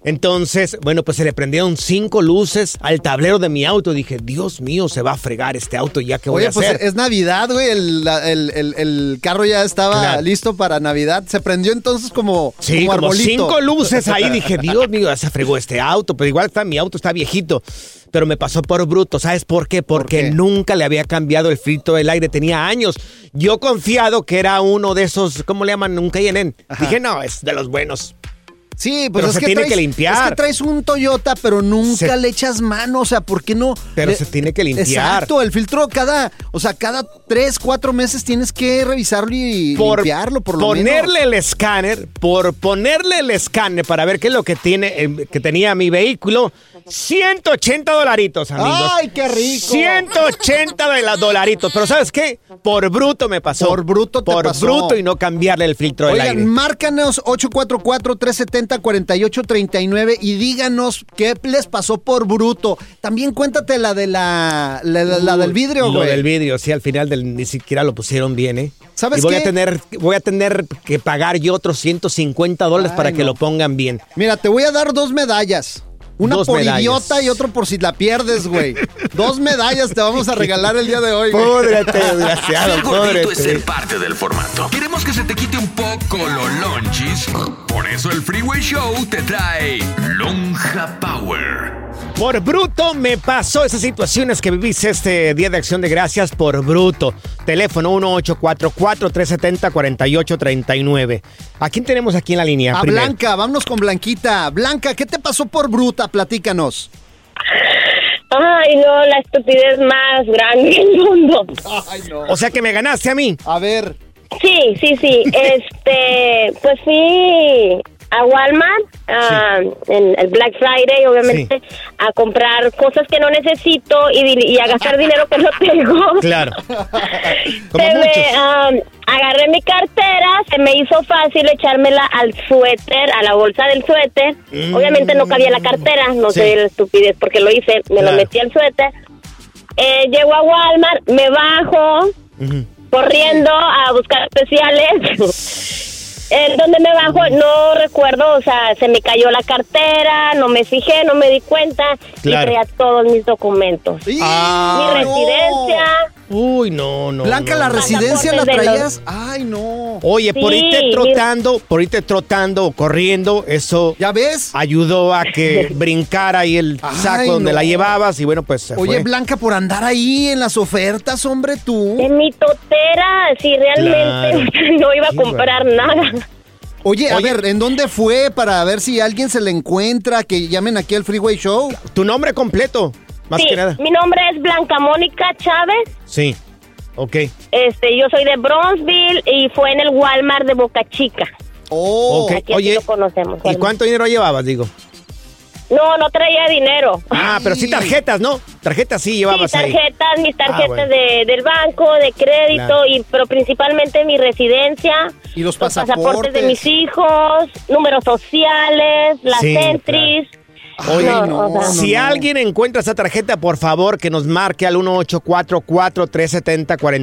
[SPEAKER 1] Entonces, bueno, pues se le prendieron cinco luces al tablero de mi auto. Dije, Dios mío, se va a fregar este auto ya que voy
[SPEAKER 2] oye,
[SPEAKER 1] a
[SPEAKER 2] pues
[SPEAKER 1] hacer.
[SPEAKER 2] es Navidad, güey. El, la- el- el- el carro ya estaba
[SPEAKER 1] Claro.
[SPEAKER 2] listo para Navidad. Se prendió entonces como,
[SPEAKER 1] Sí, como,
[SPEAKER 2] arbolito.
[SPEAKER 1] cinco luces ahí. Dije, Dios mío, ya se fregó este auto. Pero igual está, mi auto está viejito. Pero me pasó por bruto. ¿Sabes por qué? Porque
[SPEAKER 2] qué?
[SPEAKER 1] nunca le había cambiado el filtro del aire. Tenía años. Yo confiado que era uno de esos, ¿cómo le llaman? Un Cayenne. Dije, no, es de los buenos.
[SPEAKER 2] Sí, pues
[SPEAKER 1] Pero
[SPEAKER 2] es
[SPEAKER 1] se
[SPEAKER 2] que
[SPEAKER 1] tiene
[SPEAKER 2] traes,
[SPEAKER 1] que limpiar.
[SPEAKER 2] Es que traes un Toyota, pero nunca
[SPEAKER 1] Se-
[SPEAKER 2] le echas mano. O sea, ¿por qué no?
[SPEAKER 1] Pero
[SPEAKER 2] Le-
[SPEAKER 1] se tiene que limpiar.
[SPEAKER 2] Exacto, el filtro cada, o sea, cada tres, cuatro meses tienes que revisarlo y limpiarlo, por lo menos.
[SPEAKER 1] ponerle el escáner, por ponerle el escáner para ver qué es lo que tiene eh, que tenía mi vehículo, 180 dolaritos, amigos.
[SPEAKER 2] ¡Ay, qué rico!
[SPEAKER 1] 180 de la- dolaritos, pero ¿sabes qué? Por bruto me pasó.
[SPEAKER 2] Por bruto te
[SPEAKER 1] Por
[SPEAKER 2] pasó.
[SPEAKER 1] bruto y no cambiarle el filtro del aire.
[SPEAKER 2] Oigan, márcanos 844-370-4839 y díganos qué les pasó por bruto. También cuéntate la de la, la, la- la del vidrio,
[SPEAKER 1] Lo
[SPEAKER 2] güey.
[SPEAKER 1] del vidrio, sí, al final del, ni siquiera lo pusieron bien, ¿eh?
[SPEAKER 2] ¿Sabes
[SPEAKER 1] y voy
[SPEAKER 2] qué?
[SPEAKER 1] a tener voy a tener que pagar yo otros 150 dólares para que lo pongan bien.
[SPEAKER 2] Mira, te voy a dar dos medallas. Una
[SPEAKER 1] Dos
[SPEAKER 2] por
[SPEAKER 1] medallas.
[SPEAKER 2] idiota y otro por si la pierdes, güey. dos medallas te vamos a regalar el día de hoy. güey.
[SPEAKER 1] Pódrete, desgraciado,
[SPEAKER 4] Ser gordito es
[SPEAKER 1] pódrete.
[SPEAKER 4] ser parte del formato. Queremos que se te quite un poco los lonchis. Por eso el Freeway Show te trae Lonja Power.
[SPEAKER 1] Por bruto me pasó esas situaciones que vivís este Día de Acción de Gracias por bruto. Teléfono 1844-370-4839. ¿A quién tenemos aquí en la línea?
[SPEAKER 2] A
[SPEAKER 1] primero?
[SPEAKER 2] Blanca, vámonos con Blanquita. Blanca, ¿qué te pasó por bruta? Platícanos.
[SPEAKER 5] Ay, no, la estupidez más grande del mundo.
[SPEAKER 1] O sea que me ganaste a mí.
[SPEAKER 2] A ver.
[SPEAKER 5] Sí, sí, sí. Este, pues fui a Walmart ah, en el Black Friday, obviamente, a comprar cosas que no necesito y, di- y a gastar dinero que no tengo.
[SPEAKER 1] Claro. Como
[SPEAKER 5] Se me,
[SPEAKER 1] muchos.
[SPEAKER 5] am, agarré mi cartera, se me hizo fácil echármela al suéter, a la bolsa del suéter. Obviamente no cabía la cartera, no
[SPEAKER 1] Mm. Sí.
[SPEAKER 5] sé la estupidez porque lo hice, me
[SPEAKER 1] Claro.
[SPEAKER 5] lo metí al suéter. Eh, llego a Walmart, me bajo
[SPEAKER 1] Ujú.
[SPEAKER 5] corriendo a buscar especiales. En donde me bajo, no recuerdo, o sea, se me cayó la cartera, no me fijé, no me di cuenta
[SPEAKER 1] Claro.
[SPEAKER 5] y traía todos mis documentos.
[SPEAKER 2] ¡Ih!
[SPEAKER 1] Ah.
[SPEAKER 5] Mi
[SPEAKER 2] ¡No!
[SPEAKER 5] residencia,
[SPEAKER 1] Uy, no, no.
[SPEAKER 2] Blanca,
[SPEAKER 1] no,
[SPEAKER 2] la
[SPEAKER 1] no.
[SPEAKER 2] residencia la
[SPEAKER 5] Pasaportes de los-
[SPEAKER 2] traías. Ay, no.
[SPEAKER 1] Oye, por
[SPEAKER 5] Sí,
[SPEAKER 1] irte
[SPEAKER 5] mira.
[SPEAKER 1] trotando, por irte trotando o corriendo, eso
[SPEAKER 2] ¿Ya ves?
[SPEAKER 1] ayudó a que brincara ahí el
[SPEAKER 2] Ay,
[SPEAKER 1] saco donde
[SPEAKER 2] no.
[SPEAKER 1] la llevabas y bueno, pues se
[SPEAKER 2] Oye,
[SPEAKER 1] fue.
[SPEAKER 2] Blanca, por andar ahí en las ofertas, hombre,
[SPEAKER 5] de
[SPEAKER 2] tú.
[SPEAKER 5] mi totera, si realmente no iba a
[SPEAKER 1] Sí,
[SPEAKER 5] comprar nada.
[SPEAKER 2] Oye, a
[SPEAKER 1] Oye.
[SPEAKER 2] ver, ¿en dónde fue para ver si alguien se le encuentra? Que llamen aquí al Freeway Show.
[SPEAKER 1] Tu nombre completo, más
[SPEAKER 5] Sí,
[SPEAKER 1] que nada.
[SPEAKER 5] mi nombre es Blanca Mónica Chávez,
[SPEAKER 1] Sí. Ok.
[SPEAKER 5] este, yo soy de Bronzeville y fue en el Walmart de Boca Chica.
[SPEAKER 2] Oh,
[SPEAKER 1] ok.
[SPEAKER 5] aquí así
[SPEAKER 1] Oye,
[SPEAKER 5] lo conocemos,
[SPEAKER 1] ¿y
[SPEAKER 5] Walmart.
[SPEAKER 1] cuánto dinero llevabas, digo?
[SPEAKER 5] No, no traía dinero.
[SPEAKER 1] Ah, pero sí tarjetas, ¿no? Tarjetas sí llevabas
[SPEAKER 5] Sí,
[SPEAKER 1] ahí.
[SPEAKER 5] tarjetas, mis tarjetas
[SPEAKER 1] Ah, bueno.
[SPEAKER 5] de- del banco, de crédito,
[SPEAKER 1] Claro.
[SPEAKER 5] y pero principalmente mi residencia.
[SPEAKER 2] Y los pasaportes.
[SPEAKER 5] de mis hijos, números sociales, las
[SPEAKER 1] Sí,
[SPEAKER 5] entries.
[SPEAKER 1] Oye,
[SPEAKER 5] No,
[SPEAKER 2] no,
[SPEAKER 5] o sea,
[SPEAKER 2] no.
[SPEAKER 1] Si alguien encuentra esa tarjeta, por favor, que nos marque al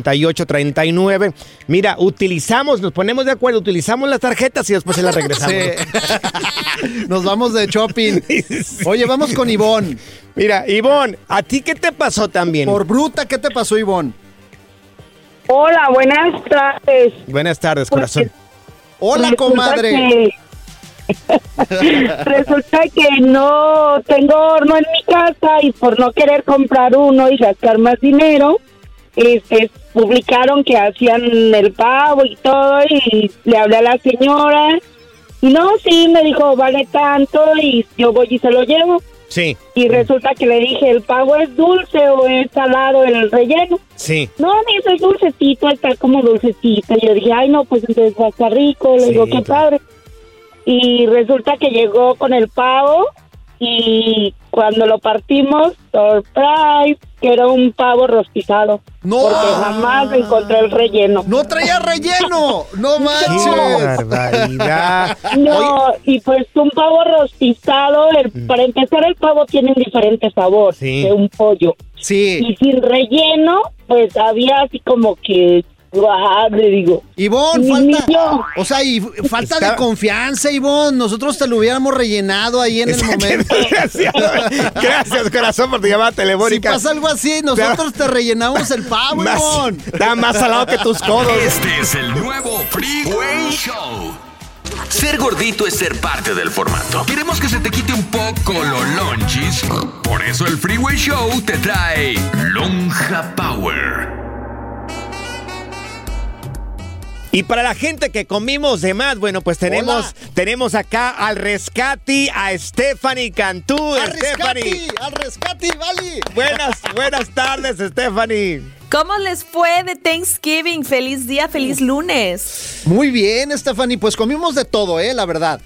[SPEAKER 1] 1844-370-4839. Mira, utilizamos, nos ponemos de acuerdo, utilizamos las tarjetas y después se las regresamos.
[SPEAKER 2] sí. Nos vamos de shopping. Oye, vamos con Ivonne.
[SPEAKER 1] Mira, Ivonne, ¿a ti qué te pasó también?
[SPEAKER 2] Por bruta, ¿qué te pasó, Ivonne?
[SPEAKER 5] Hola, buenas tardes.
[SPEAKER 1] Buenas tardes, corazón.
[SPEAKER 2] Hola,
[SPEAKER 5] Resulta
[SPEAKER 2] comadre.
[SPEAKER 5] que- Resulta que no tengo horno en mi casa y por no querer comprar uno y gastar más dinero, este,
[SPEAKER 9] publicaron que hacían el pavo y todo y le hablé a la señora y no, sí, me dijo, vale tanto y yo voy y se lo llevo.
[SPEAKER 1] Sí,
[SPEAKER 9] Y
[SPEAKER 2] Mm.
[SPEAKER 9] resulta que le dije, ¿el pavo es dulce o es salado el relleno?
[SPEAKER 1] sí.
[SPEAKER 9] No, me dice, es dulcecito, está como dulcecito. Y yo dije, ay, no, pues entonces va a estar rico. Le
[SPEAKER 1] Sí,
[SPEAKER 9] digo, qué
[SPEAKER 1] claro.
[SPEAKER 9] padre. Y resulta que llegó con el pavo y cuando lo partimos, surprise, que era un pavo rostizado.
[SPEAKER 2] ¡No!
[SPEAKER 9] Porque
[SPEAKER 1] Ah.
[SPEAKER 9] jamás encontré el relleno.
[SPEAKER 2] ¡No traía relleno! ¡No
[SPEAKER 1] ¡Qué
[SPEAKER 2] manches!
[SPEAKER 1] barbaridad!
[SPEAKER 9] No, y pues un pavo rostizado, el- para empezar el pavo tiene un diferente sabor
[SPEAKER 1] Mm. Sí.
[SPEAKER 9] de un pollo.
[SPEAKER 2] Sí.
[SPEAKER 9] Y sin relleno, pues había así como que, guau, le digo,
[SPEAKER 2] Ivonne,
[SPEAKER 9] Ni- ni yo.
[SPEAKER 2] falta. O sea, y falta
[SPEAKER 1] Estaba-
[SPEAKER 2] de confianza, Ivonne. Nosotros te lo hubiéramos rellenado ahí en el momento.
[SPEAKER 1] Desgraciado. Gracias, corazón, por tu llamada
[SPEAKER 2] Si
[SPEAKER 1] telefónica.
[SPEAKER 2] pasa algo ah, así, nosotros te rellenamos el pavo,
[SPEAKER 1] Más-
[SPEAKER 2] Ivonne.
[SPEAKER 1] está más salado que tus codos.
[SPEAKER 4] Este es el nuevo Freeway Show. Ser gordito es ser parte del formato. Queremos que se te quite un poco los lonchis. Por eso el Freeway Show te trae Lonja Power.
[SPEAKER 1] Y para la gente que comimos de más, bueno, pues tenemos, tenemos acá al rescate a Stephanie Cantú.
[SPEAKER 2] ¡Al
[SPEAKER 1] Stephanie.
[SPEAKER 2] rescate! ¡Al rescate, Vali!
[SPEAKER 1] Buenas, buenas tardes, Stephanie.
[SPEAKER 10] ¿Cómo les fue de Thanksgiving? Feliz día, feliz lunes.
[SPEAKER 2] Muy bien, Stephanie. Pues comimos de todo, ¿eh? La verdad.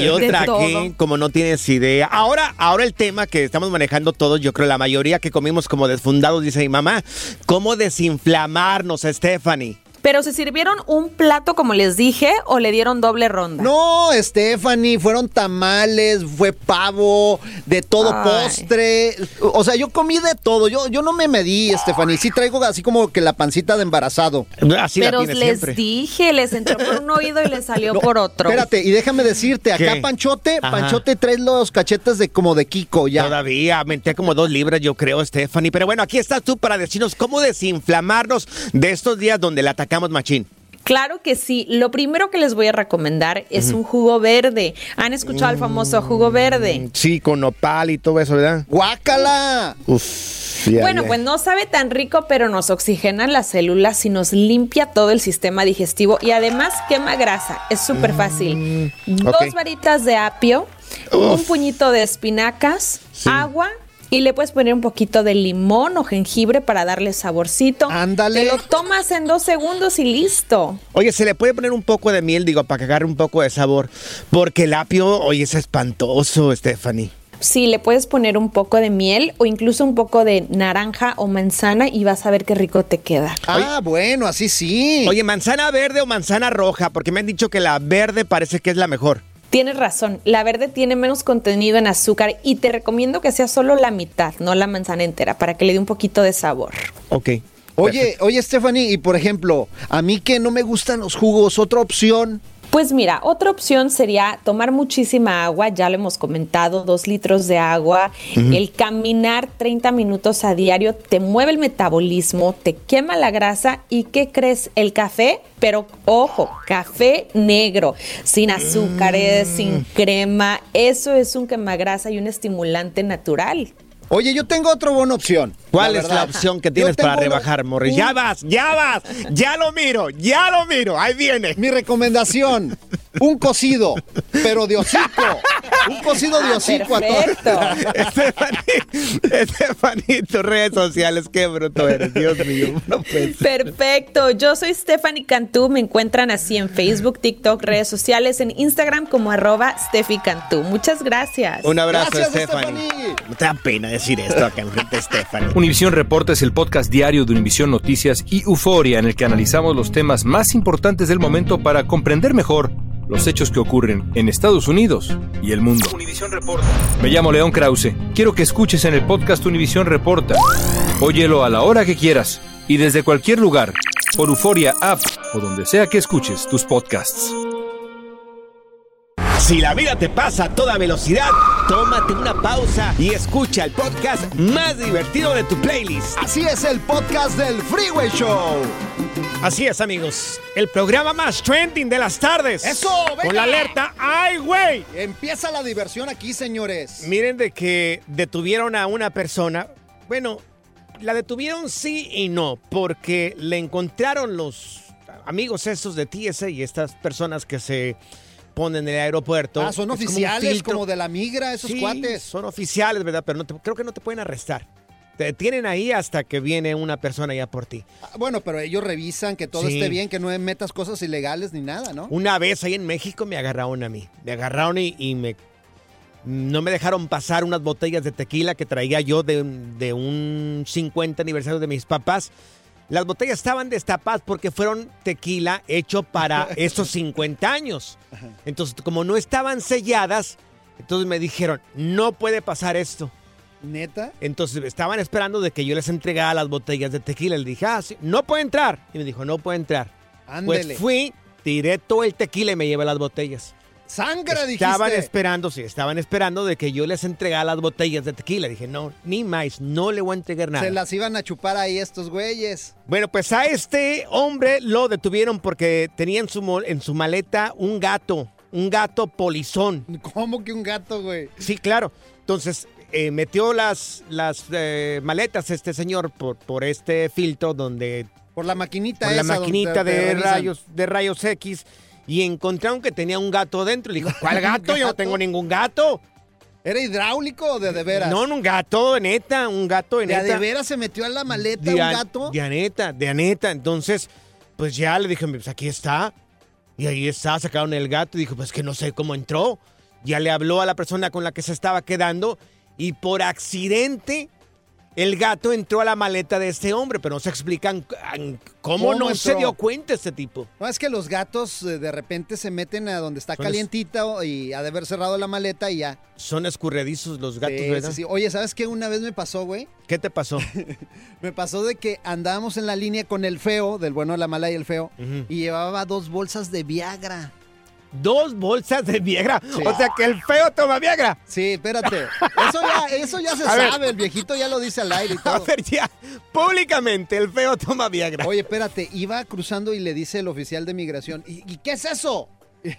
[SPEAKER 1] Yo
[SPEAKER 10] De
[SPEAKER 1] traqué,
[SPEAKER 10] todo.
[SPEAKER 1] como no tienes idea. Ahora, ahora el tema que estamos manejando todos, yo creo la mayoría que comimos como desfundados, dice mi mamá, ¿cómo desinflamarnos, Stephanie?
[SPEAKER 10] Pero se sirvieron un plato como les dije o le dieron doble ronda.
[SPEAKER 2] No, Stephanie, fueron tamales, fue pavo, de todo
[SPEAKER 10] Ay.
[SPEAKER 2] postre. O sea, yo comí de todo. Yo, yo no me medí, Stephanie. Sí traigo así como que la pancita de embarazado.
[SPEAKER 1] Así
[SPEAKER 10] Pero
[SPEAKER 1] la tienes
[SPEAKER 10] les
[SPEAKER 1] siempre.
[SPEAKER 10] dije, les entró por un oído y les salió por otro.
[SPEAKER 2] Espérate, y déjame decirte, acá
[SPEAKER 1] ¿Qué?
[SPEAKER 2] Panchote,
[SPEAKER 1] Ajá.
[SPEAKER 2] Panchote trae los cachetes de como de Kiko ya.
[SPEAKER 1] Todavía aumenté como dos libras, yo creo, Stephanie. Pero bueno, aquí estás tú para decirnos cómo desinflamarnos de estos días donde la atacamos machín.
[SPEAKER 10] Claro que sí. Lo primero que les voy a recomendar es un jugo verde. ¿Han escuchado el famoso jugo verde?
[SPEAKER 1] Sí, con nopal y todo eso, ¿verdad?
[SPEAKER 2] ¡Guácala!
[SPEAKER 1] Uf,
[SPEAKER 10] Bueno, pues no sabe tan rico, pero nos oxigena las células y nos limpia todo el sistema digestivo y además quema grasa. Es súper fácil. Dos
[SPEAKER 1] ok.
[SPEAKER 10] varitas de apio, un puñito de espinacas, agua. Y le puedes poner un poquito de limón o jengibre para darle saborcito.
[SPEAKER 2] Ándale.
[SPEAKER 10] Te lo tomas en dos segundos y listo.
[SPEAKER 1] Oye, se le puede poner un poco de miel, digo, para que agarre un poco de sabor. Porque el apio, oye, es espantoso, Stephanie.
[SPEAKER 10] Sí, le puedes poner un poco de miel o incluso un poco de naranja o manzana y vas a ver qué rico te queda.
[SPEAKER 2] Ah, bueno, así sí.
[SPEAKER 1] Oye, ¿manzana verde o manzana roja? Porque me han dicho que la verde parece que es la mejor.
[SPEAKER 10] Tienes razón, la verde tiene menos contenido en azúcar y te recomiendo que sea solo la mitad, no la manzana entera, para que le dé un poquito de sabor.
[SPEAKER 1] Ok.
[SPEAKER 2] Oye, oye, Stephanie, y por ejemplo, a mí que no me gustan los jugos, otra opción.
[SPEAKER 10] Pues mira, otra opción sería tomar muchísima agua, ya lo hemos comentado, dos litros de agua, el caminar 30 minutos a diario te mueve el metabolismo, te quema la grasa y ¿qué crees? El café, pero ojo, café negro, sin azúcares, sin crema, eso es un quemagrasa y un estimulante natural.
[SPEAKER 2] Oye, yo tengo otra buena opción.
[SPEAKER 1] ¿Cuál es la
[SPEAKER 2] verdad.
[SPEAKER 1] opción que
[SPEAKER 2] Yo
[SPEAKER 1] tienes para
[SPEAKER 2] tengo una-
[SPEAKER 1] rebajar, Morris? Ya vas, ya vas, ya lo miro, ya lo miro, ahí viene.
[SPEAKER 2] Mi recomendación, un cocido, pero de hocico. Un cocido de hocico a todo.
[SPEAKER 10] Ah, Perfecto.
[SPEAKER 1] Stephanie, Stephanie, tus redes sociales, qué bruto eres, Dios mío. No puede ser.
[SPEAKER 10] Perfecto, yo soy Stephanie Cantú, me encuentran así en Facebook, TikTok, redes sociales, en Instagram como arroba Steffi Cantú. Muchas gracias.
[SPEAKER 1] Un abrazo,
[SPEAKER 2] Gracias,
[SPEAKER 1] Stephanie.
[SPEAKER 2] Stephanie.
[SPEAKER 1] No te da pena decir esto acá enfrente de Stephanie.
[SPEAKER 11] Univisión Reporta es el podcast diario de Univisión Noticias y Euforia en el que analizamos los temas más importantes del momento para comprender mejor los hechos que ocurren en Estados Unidos y el mundo. Me llamo León Krause. Quiero que escuches en el podcast Univisión Reporta. Óyelo a la hora que quieras y desde cualquier lugar, por Euforia App o donde sea que escuches tus podcasts.
[SPEAKER 1] Si la vida te pasa a toda velocidad, tómate una pausa y escucha el podcast más divertido de tu playlist.
[SPEAKER 2] Así es el podcast del Freeway Show.
[SPEAKER 1] Así es, amigos. El programa más trending de las tardes.
[SPEAKER 2] ¡Eso, venga!
[SPEAKER 1] Con la alerta ¡Ay, güey!
[SPEAKER 2] Empieza la diversión aquí, señores.
[SPEAKER 1] Miren de que detuvieron a una persona. Bueno, la detuvieron sí y no, porque le encontraron los amigos estos de TSA y estas personas que se ponen en el aeropuerto.
[SPEAKER 2] Ah, son
[SPEAKER 1] Es como un
[SPEAKER 2] oficiales,
[SPEAKER 1] filtro.
[SPEAKER 2] como, de la migra, esos
[SPEAKER 1] Sí,
[SPEAKER 2] cuates.
[SPEAKER 1] Son oficiales, ¿verdad? Pero no te- creo que no te pueden arrestar. Te tienen ahí hasta que viene una persona ya por ti.
[SPEAKER 2] Ah, Bueno, pero ellos revisan que todo
[SPEAKER 1] Sí.
[SPEAKER 2] esté bien, que no metas cosas ilegales ni nada, ¿no?
[SPEAKER 1] Una vez ahí en México me agarraron a mí. Me agarraron y, y me no me dejaron pasar unas botellas de tequila que traía yo de, un- de un 50 aniversario de mis papás. Las botellas estaban destapadas porque fueron tequila hecho para esos 50 años. Entonces, como no estaban selladas, entonces me dijeron, no puede pasar esto.
[SPEAKER 2] ¿Neta?
[SPEAKER 1] Entonces estaban esperando de que yo les entregara las botellas de tequila. Le dije, ah, sí, no puede entrar. Y me dijo, no puede entrar.
[SPEAKER 2] Ándele.
[SPEAKER 1] Pues fui, tiré todo el tequila y me llevé las botellas.
[SPEAKER 2] ¡Sangra,
[SPEAKER 1] Estaban
[SPEAKER 2] dijiste!
[SPEAKER 1] esperando, sí, estaban esperando de que yo les entregara las botellas de tequila. Dije, no, ni más, no le voy a entregar nada.
[SPEAKER 2] Se las iban a chupar ahí estos güeyes.
[SPEAKER 1] Bueno, pues a este hombre lo detuvieron porque tenía en su, mo- en su maleta un gato, un gato polizón.
[SPEAKER 2] ¿Cómo que un gato, güey?
[SPEAKER 1] Sí, claro. Entonces, eh, metió las, las eh, maletas este señor por, por este filtro donde
[SPEAKER 2] Por la maquinita
[SPEAKER 1] con la
[SPEAKER 2] esa donde
[SPEAKER 1] maquinita
[SPEAKER 2] te
[SPEAKER 1] de
[SPEAKER 2] revisan.
[SPEAKER 1] rayos, de rayos X y encontraron que tenía un gato dentro. Le dijo, ¿cuál gato? Yo no
[SPEAKER 2] ¿Gato?
[SPEAKER 1] tengo ningún gato.
[SPEAKER 2] ¿Era hidráulico o de de veras?
[SPEAKER 1] No, no, un gato, neta, un gato,
[SPEAKER 2] ¿De a
[SPEAKER 1] neta.
[SPEAKER 2] de veras se metió a la maleta
[SPEAKER 1] De
[SPEAKER 2] un
[SPEAKER 1] a-
[SPEAKER 2] gato?
[SPEAKER 1] De a neta, de a neta. Entonces, pues ya le dije, pues aquí está. Y ahí está, sacaron el gato. Y dijo, pues que no sé cómo entró. Ya le habló a la persona con la que se estaba quedando. Y por accidente, el gato entró a la maleta de este hombre. Pero no se explican c- an- cómo,
[SPEAKER 2] ¿Cómo
[SPEAKER 1] no se
[SPEAKER 2] entró?
[SPEAKER 1] dio cuenta este tipo.
[SPEAKER 2] No, es que los gatos eh, de repente se meten a donde está
[SPEAKER 1] Son
[SPEAKER 2] calientita o- y ha de haber cerrado la maleta y ya.
[SPEAKER 1] Son escurredizos los gatos,
[SPEAKER 2] Sí,
[SPEAKER 1] ¿verdad?
[SPEAKER 2] sí, sí. Oye, ¿sabes qué? Una vez me pasó, güey.
[SPEAKER 1] ¿Qué te pasó?
[SPEAKER 2] Me pasó de que andábamos en la línea con el feo, del bueno, la mala y el feo,
[SPEAKER 1] Ujú.
[SPEAKER 2] y llevaba dos bolsas de Viagra.
[SPEAKER 1] Dos bolsas de Viagra.
[SPEAKER 2] Sí.
[SPEAKER 1] O sea que el feo toma Viagra.
[SPEAKER 2] Sí, espérate. Eso ya, eso ya se
[SPEAKER 1] A ver.
[SPEAKER 2] sabe, el viejito ya lo dice al aire y
[SPEAKER 1] A
[SPEAKER 2] todo.
[SPEAKER 1] ver, ya. Públicamente, el feo toma Viagra.
[SPEAKER 2] Oye, espérate, iba cruzando y le dice el oficial de migración, ¿y, y qué es eso?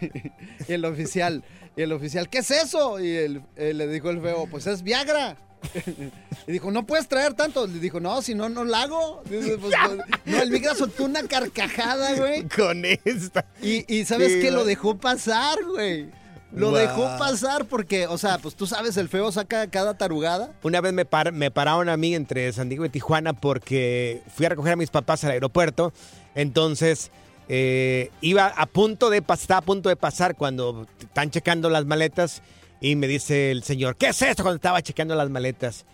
[SPEAKER 2] Y el oficial, y el oficial, ¿qué es eso? Y el- eh, le dijo el feo, pues es Viagra. Y dijo, no puedes traer tanto. Le dijo, no, si no, no la hago. Dice, pues, no, no, el Viagra soltó una carcajada, güey.
[SPEAKER 1] Con esta.
[SPEAKER 2] Y, y
[SPEAKER 1] Sí,
[SPEAKER 2] ¿sabes qué?
[SPEAKER 1] güey.
[SPEAKER 2] Lo dejó pasar, güey. Lo
[SPEAKER 1] Guau.
[SPEAKER 2] dejó pasar porque, o sea, pues tú sabes, el feo saca cada tarugada.
[SPEAKER 1] Una vez me, par- me pararon a mí entre San Diego y Tijuana porque fui a recoger a mis papás al aeropuerto. Entonces eh, iba a punto de pasar, estaba a punto de pasar cuando están checando las maletas y me dice el señor, ¿qué es esto? Cuando estaba checando las maletas,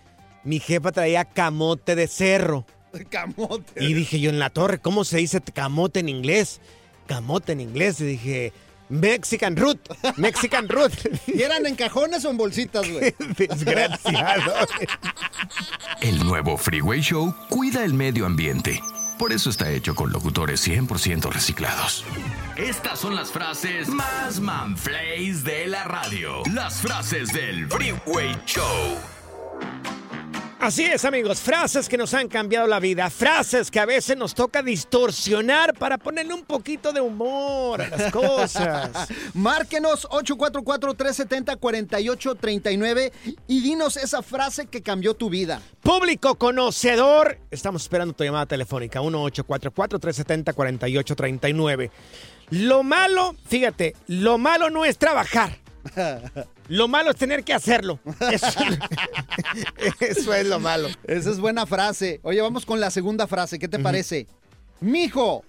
[SPEAKER 1] mi jefa traía camote de cerro.
[SPEAKER 2] Camote.
[SPEAKER 1] Y dije yo en la torre, ¿cómo se dice camote en inglés? Camote en inglés. Y dije, Mexican root, Mexican root.
[SPEAKER 2] ¿Y eran en cajones o en bolsitas, güey?
[SPEAKER 1] Desgraciado.
[SPEAKER 4] El nuevo Freeway Show cuida el medio ambiente. Por eso está hecho con locutores 100% reciclados.
[SPEAKER 3] Estas son las frases
[SPEAKER 4] Más manflays de la radio. Las frases del Freeway Show.
[SPEAKER 1] Así es, amigos. Frases que nos han cambiado la vida. Frases que a veces nos toca distorsionar para ponerle un poquito de humor a las cosas.
[SPEAKER 2] Márquenos 844-370-4839 y dinos esa frase que cambió tu vida.
[SPEAKER 1] Público conocedor. Estamos esperando tu llamada telefónica. 1844-370-4839. Lo malo, fíjate, lo malo no es trabajar. Lo malo es tener que hacerlo. Eso, eso es lo malo.
[SPEAKER 2] Esa es buena frase. Oye, vamos con la segunda frase. ¿Qué te parece? Mijo,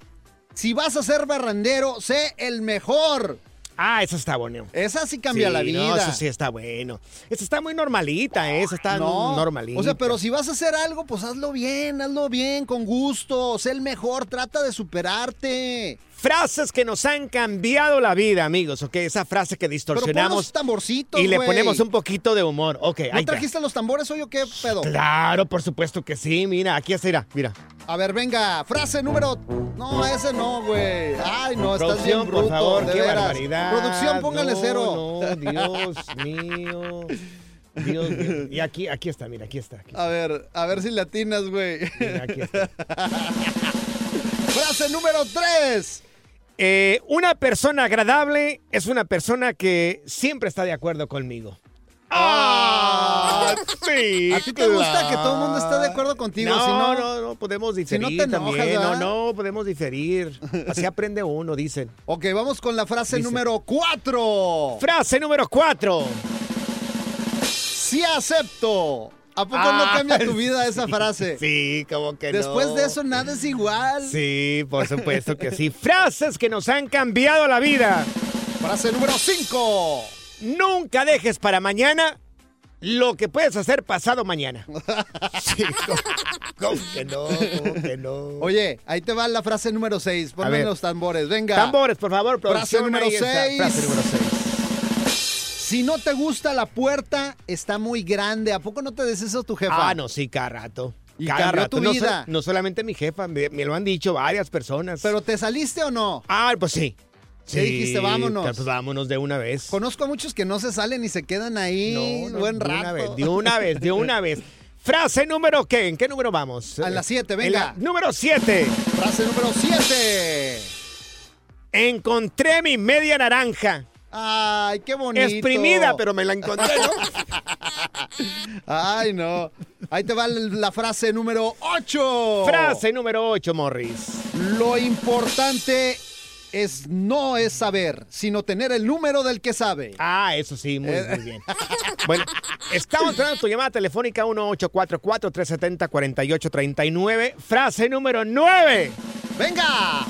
[SPEAKER 2] si vas a ser barrandero, sé el mejor.
[SPEAKER 1] Ah, eso está bueno.
[SPEAKER 2] Esa sí cambia
[SPEAKER 1] Sí,
[SPEAKER 2] la vida.
[SPEAKER 1] No, eso sí está bueno. Esa está muy normalita, ¿eh? esa está
[SPEAKER 2] No,
[SPEAKER 1] normalita.
[SPEAKER 2] O sea, pero si vas a hacer algo, pues hazlo bien, hazlo bien, con gusto, sé el mejor, trata de superarte.
[SPEAKER 1] Frases que nos han cambiado la vida, amigos, ¿ok? Esa frase que
[SPEAKER 2] Pero pon los
[SPEAKER 1] distorsionamos
[SPEAKER 2] tamborcitos,
[SPEAKER 1] y le
[SPEAKER 2] güey.
[SPEAKER 1] ponemos un poquito de humor. Ok, ahí
[SPEAKER 2] ¿No
[SPEAKER 1] está.
[SPEAKER 2] trajiste los tambores hoy o qué pedo?
[SPEAKER 1] Claro, por supuesto que sí. Mira, aquí está, mira, mira.
[SPEAKER 2] A ver, venga, frase número. No, ese no, güey. Ay, no, estás
[SPEAKER 1] Producción,
[SPEAKER 2] bien bruto,
[SPEAKER 1] por favor,
[SPEAKER 2] de
[SPEAKER 1] qué
[SPEAKER 2] veras.
[SPEAKER 1] barbaridad.
[SPEAKER 2] Producción, póngale
[SPEAKER 1] No,
[SPEAKER 2] cero.
[SPEAKER 1] No, Dios mío. Dios mío. Y aquí, aquí está, mira, aquí está. Aquí,
[SPEAKER 2] A ver, a ver si latinas, güey.
[SPEAKER 1] mira, aquí está.
[SPEAKER 2] frase número 3.
[SPEAKER 1] Eh, una persona agradable es una persona que siempre está de acuerdo conmigo. ¡Ah! sí,
[SPEAKER 2] ¿A ti te gusta que todo el mundo esté de acuerdo contigo?
[SPEAKER 1] No,
[SPEAKER 2] Si no-
[SPEAKER 1] no, no, podemos
[SPEAKER 2] si no
[SPEAKER 1] diferir
[SPEAKER 2] te enojas,
[SPEAKER 1] también. No,
[SPEAKER 2] ¿verdad?
[SPEAKER 1] no, podemos diferir. Así aprende uno, dicen.
[SPEAKER 2] Ok, vamos con la frase
[SPEAKER 1] Dice-
[SPEAKER 2] número 4.
[SPEAKER 1] Frase número 4.
[SPEAKER 2] Sí acepto. ¿A poco
[SPEAKER 1] Ah,
[SPEAKER 2] no cambia tu vida esa frase?
[SPEAKER 1] Sí, como que no.
[SPEAKER 2] Después de eso nada es igual.
[SPEAKER 1] Sí, por supuesto que sí. Frases que nos han cambiado la vida.
[SPEAKER 2] Frase número 5.
[SPEAKER 1] Nunca dejes para mañana lo que puedes hacer pasado mañana. Sí, ¿cómo, cómo que no? ¿Cómo que no?
[SPEAKER 2] Oye, ahí te va la frase número 6. Ponme
[SPEAKER 1] ver.
[SPEAKER 2] los tambores, venga.
[SPEAKER 1] Tambores, por favor,
[SPEAKER 2] Frase
[SPEAKER 1] producción,
[SPEAKER 2] número
[SPEAKER 1] ahí está.
[SPEAKER 2] 6.
[SPEAKER 1] Frase número 6.
[SPEAKER 2] Si no te gusta la puerta, está muy grande. ¿A poco no te des eso tu jefa?
[SPEAKER 1] Ah, no, sí, cada rato.
[SPEAKER 2] Y
[SPEAKER 1] Cada
[SPEAKER 2] cambió
[SPEAKER 1] rato.
[SPEAKER 2] tu
[SPEAKER 1] No
[SPEAKER 2] vida.
[SPEAKER 1] sol- No, solamente mi jefa, me, me lo han dicho varias personas.
[SPEAKER 2] ¿Pero te saliste o no?
[SPEAKER 1] Ah, pues sí.
[SPEAKER 2] ¿Qué dijiste? Vámonos.
[SPEAKER 1] Pues vámonos de una vez.
[SPEAKER 2] Conozco a muchos que no se salen y se quedan ahí
[SPEAKER 1] No, no,
[SPEAKER 2] buen
[SPEAKER 1] de
[SPEAKER 2] rato.
[SPEAKER 1] Una vez, de una vez, de una vez. Frase número qué? ¿En qué número vamos?
[SPEAKER 2] A la siete,
[SPEAKER 1] En
[SPEAKER 2] venga.
[SPEAKER 1] número 7.
[SPEAKER 2] Frase número 7.
[SPEAKER 1] Encontré mi media naranja.
[SPEAKER 2] Ay, qué bonito.
[SPEAKER 1] Exprimida, pero me la encontré. ¿no?
[SPEAKER 2] Ay, no. Ahí te va la frase número 8.
[SPEAKER 1] Frase número 8, Morris.
[SPEAKER 2] Lo importante es no es saber, sino tener el número del que sabe.
[SPEAKER 1] Ah, eso sí,
[SPEAKER 2] Eh.
[SPEAKER 1] muy, muy bien. Bueno, estamos entrando tu llamada telefónica 1844-370-4839. Frase número 9.
[SPEAKER 2] ¡Venga!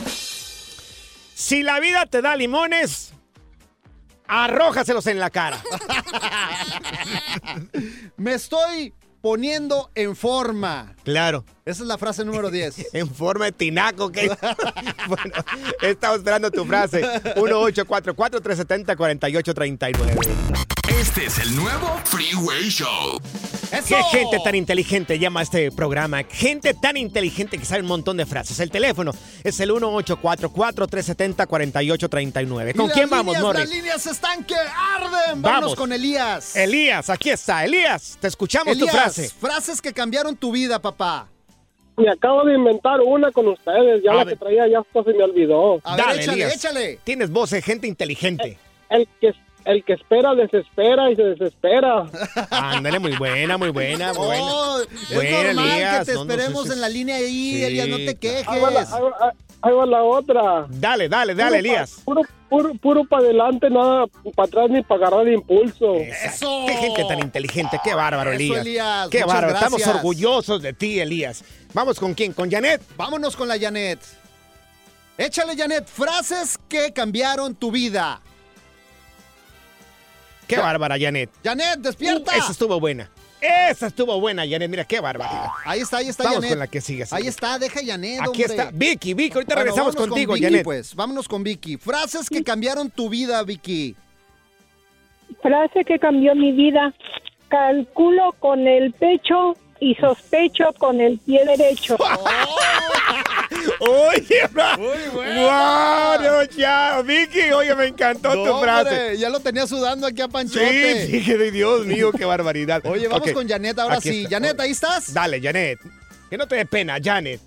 [SPEAKER 1] Si la vida te da limones, arrójaselos en la cara.
[SPEAKER 2] Me estoy poniendo en forma.
[SPEAKER 1] Claro.
[SPEAKER 2] Esa es la frase número 10.
[SPEAKER 1] En forma de tinaco, que bueno, estamos esperando tu frase. 1844-370-4839.
[SPEAKER 4] Este es el nuevo Freeway Show.
[SPEAKER 2] ¡Eso!
[SPEAKER 1] Qué gente tan inteligente llama a este programa. Gente tan inteligente que sabe un montón de frases. El teléfono es el 1844-370-4839.
[SPEAKER 2] Y
[SPEAKER 1] ¿Con
[SPEAKER 2] las
[SPEAKER 1] quién vamos,
[SPEAKER 2] líneas,
[SPEAKER 1] Morris?
[SPEAKER 2] Las líneas están que arden. Vamos,
[SPEAKER 1] Vamos.
[SPEAKER 2] con Elías.
[SPEAKER 1] Elías, aquí está. Elías, te escuchamos
[SPEAKER 2] Elías,
[SPEAKER 1] tu frase.
[SPEAKER 2] frases que cambiaron tu vida, papá.
[SPEAKER 8] Me acabo de inventar una con ustedes. Ya
[SPEAKER 1] A
[SPEAKER 8] la
[SPEAKER 1] ver.
[SPEAKER 8] que traía ya hasta se me olvidó.
[SPEAKER 2] A ver,
[SPEAKER 1] Dale,
[SPEAKER 2] échale,
[SPEAKER 1] Elías.
[SPEAKER 2] échale.
[SPEAKER 1] Tienes voz de gente inteligente.
[SPEAKER 8] El que, el que espera desespera y se desespera.
[SPEAKER 1] Ándale, muy buena, muy buena, buena.
[SPEAKER 2] Oh, es
[SPEAKER 1] Buena,
[SPEAKER 2] normal
[SPEAKER 1] Elías,
[SPEAKER 2] que te
[SPEAKER 1] no, no,
[SPEAKER 2] esperemos
[SPEAKER 1] sí, sí.
[SPEAKER 2] en la línea ahí,
[SPEAKER 1] Sí,
[SPEAKER 2] Elías, no te
[SPEAKER 1] claro.
[SPEAKER 2] quejes.
[SPEAKER 8] Ahí va la, ahí va- ahí va la otra.
[SPEAKER 1] Dale, dale, dale, Elías.
[SPEAKER 8] Puro, puro, puro para adelante, nada para atrás ni para agarrar impulso.
[SPEAKER 1] Exacto. ¡Qué gente tan inteligente! ¡Qué bárbaro,
[SPEAKER 2] Eso,
[SPEAKER 1] Elías!
[SPEAKER 2] Elías.
[SPEAKER 1] ¡Qué
[SPEAKER 2] Muchas
[SPEAKER 1] bárbaro! Estamos
[SPEAKER 2] gracias.
[SPEAKER 1] orgullosos de ti, Elías. ¿Vamos con quién? ¿Con Janet?
[SPEAKER 2] Vámonos con la Janet. Échale, Janet, frases que cambiaron tu vida.
[SPEAKER 1] ¡Qué bárbara, Janet!
[SPEAKER 2] Janet, despierta.
[SPEAKER 1] Esa estuvo buena. Esa estuvo buena, Janet. Mira, qué barbaridad.
[SPEAKER 2] Ahí está, ahí está
[SPEAKER 1] Vamos
[SPEAKER 2] Janet.
[SPEAKER 1] con la que sigue, sí.
[SPEAKER 2] Ahí está, deja Janet,
[SPEAKER 1] Aquí
[SPEAKER 2] hombre.
[SPEAKER 1] está. Vicky, Vicky, ahorita
[SPEAKER 2] Bueno,
[SPEAKER 1] regresamos
[SPEAKER 2] vámonos con
[SPEAKER 1] contigo,
[SPEAKER 2] Vicky,
[SPEAKER 1] Janet.
[SPEAKER 2] pues. Vámonos con Vicky. Frases que cambiaron tu vida, Vicky.
[SPEAKER 9] Frase que cambió mi vida. Calculo con el pecho y sospecho con el pie derecho.
[SPEAKER 1] Ah. ¡Oye, ¡Wow! no, ya! Vicky, oye, me encantó tu
[SPEAKER 2] No,
[SPEAKER 1] frase.
[SPEAKER 2] hombre, ya lo tenía sudando aquí a
[SPEAKER 1] Sí,
[SPEAKER 2] Panchote.
[SPEAKER 1] dije, Dios mío, qué barbaridad.
[SPEAKER 2] Oye, vamos
[SPEAKER 1] Ok,
[SPEAKER 2] con Janet ahora
[SPEAKER 1] aquí
[SPEAKER 2] sí.
[SPEAKER 1] está.
[SPEAKER 2] Janet, ahí estás.
[SPEAKER 1] Dale, Janet. Que no te dé pena, Janet.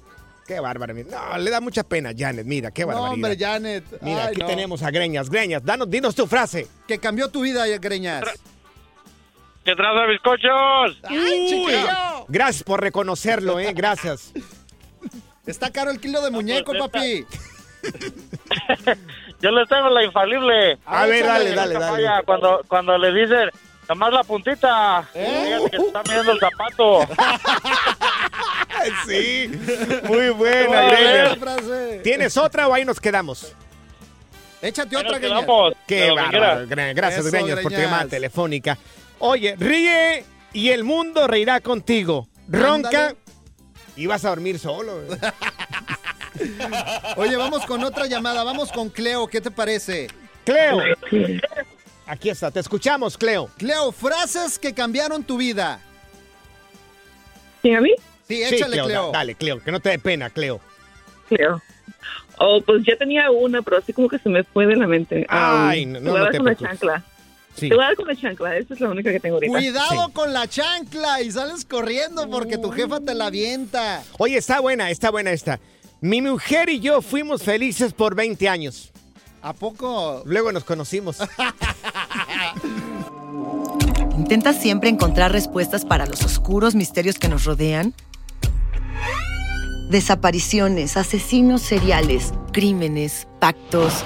[SPEAKER 1] Qué bárbara. mira. No, le da mucha pena, Janet. Mira, qué
[SPEAKER 2] no,
[SPEAKER 1] barbaridad.
[SPEAKER 2] hombre, Janet.
[SPEAKER 1] Mira,
[SPEAKER 2] Ay,
[SPEAKER 1] aquí
[SPEAKER 2] no.
[SPEAKER 1] tenemos a Greñas. Greñas, danos, dinos tu frase.
[SPEAKER 2] Que cambió tu vida, Greñas.
[SPEAKER 8] ¿Qué traza, bizcochos?
[SPEAKER 2] ¡Ay, chiquillo!
[SPEAKER 1] Gracias por reconocerlo, ¿eh? Gracias.
[SPEAKER 2] Está caro el kilo de muñeco,
[SPEAKER 8] pues,
[SPEAKER 2] papi.
[SPEAKER 8] Yo les tengo la infalible.
[SPEAKER 1] A ver, dale, dale,
[SPEAKER 8] Nunca
[SPEAKER 1] dale.
[SPEAKER 8] falla Cuando, cuando le dicen, nomás la puntita.
[SPEAKER 1] ¿Eh?
[SPEAKER 8] Fíjate que te está midiendo el zapato.
[SPEAKER 1] Sí, muy buena,
[SPEAKER 8] A
[SPEAKER 1] Greñas.
[SPEAKER 8] ver.
[SPEAKER 2] frase.
[SPEAKER 1] ¿Tienes otra o ahí nos quedamos?
[SPEAKER 2] Échate
[SPEAKER 8] Ahí nos
[SPEAKER 2] otra, Greñas.
[SPEAKER 8] quedamos. De
[SPEAKER 1] Qué
[SPEAKER 8] lo que
[SPEAKER 1] bárbaro.
[SPEAKER 8] quieras.
[SPEAKER 1] Gra- Gracias,
[SPEAKER 2] Eso,
[SPEAKER 1] Greñas, por tu
[SPEAKER 2] Greñas.
[SPEAKER 1] llamada telefónica. Oye, ríe y el mundo reirá contigo. Ronca
[SPEAKER 2] Ándale.
[SPEAKER 1] y vas a dormir solo. ¿eh?
[SPEAKER 2] Oye, vamos con otra llamada. Vamos con Cleo. ¿Qué te parece?
[SPEAKER 1] Cleo. Aquí está, te escuchamos, Cleo.
[SPEAKER 2] Cleo, frases que cambiaron tu vida.
[SPEAKER 9] ¿Sí, a mí?
[SPEAKER 2] Sí,
[SPEAKER 1] Sí,
[SPEAKER 2] échale,
[SPEAKER 1] Cleo,
[SPEAKER 2] Cleo.
[SPEAKER 1] da- Dale, Cleo, que no te dé pena, Cleo.
[SPEAKER 12] Creo. Oh, pues ya tenía una, pero así como que se me fue de la mente.
[SPEAKER 1] Ay, no,
[SPEAKER 12] te voy
[SPEAKER 1] no
[SPEAKER 12] a dar
[SPEAKER 1] te
[SPEAKER 12] con la
[SPEAKER 1] preocupes.
[SPEAKER 12] chancla.
[SPEAKER 1] Sí.
[SPEAKER 12] Te voy a dar con la chancla. Esa es la única que tengo ahorita.
[SPEAKER 2] Cuidado con la chancla y sales corriendo porque tu jefa te la avienta.
[SPEAKER 1] Oye, está buena, está buena esta. Mi mujer y yo fuimos felices por 20 años.
[SPEAKER 2] ¿A poco?
[SPEAKER 1] Luego nos conocimos.
[SPEAKER 6] ¿Intentas siempre encontrar respuestas para los oscuros misterios que nos rodean? Desapariciones, asesinos seriales, crímenes, pactos.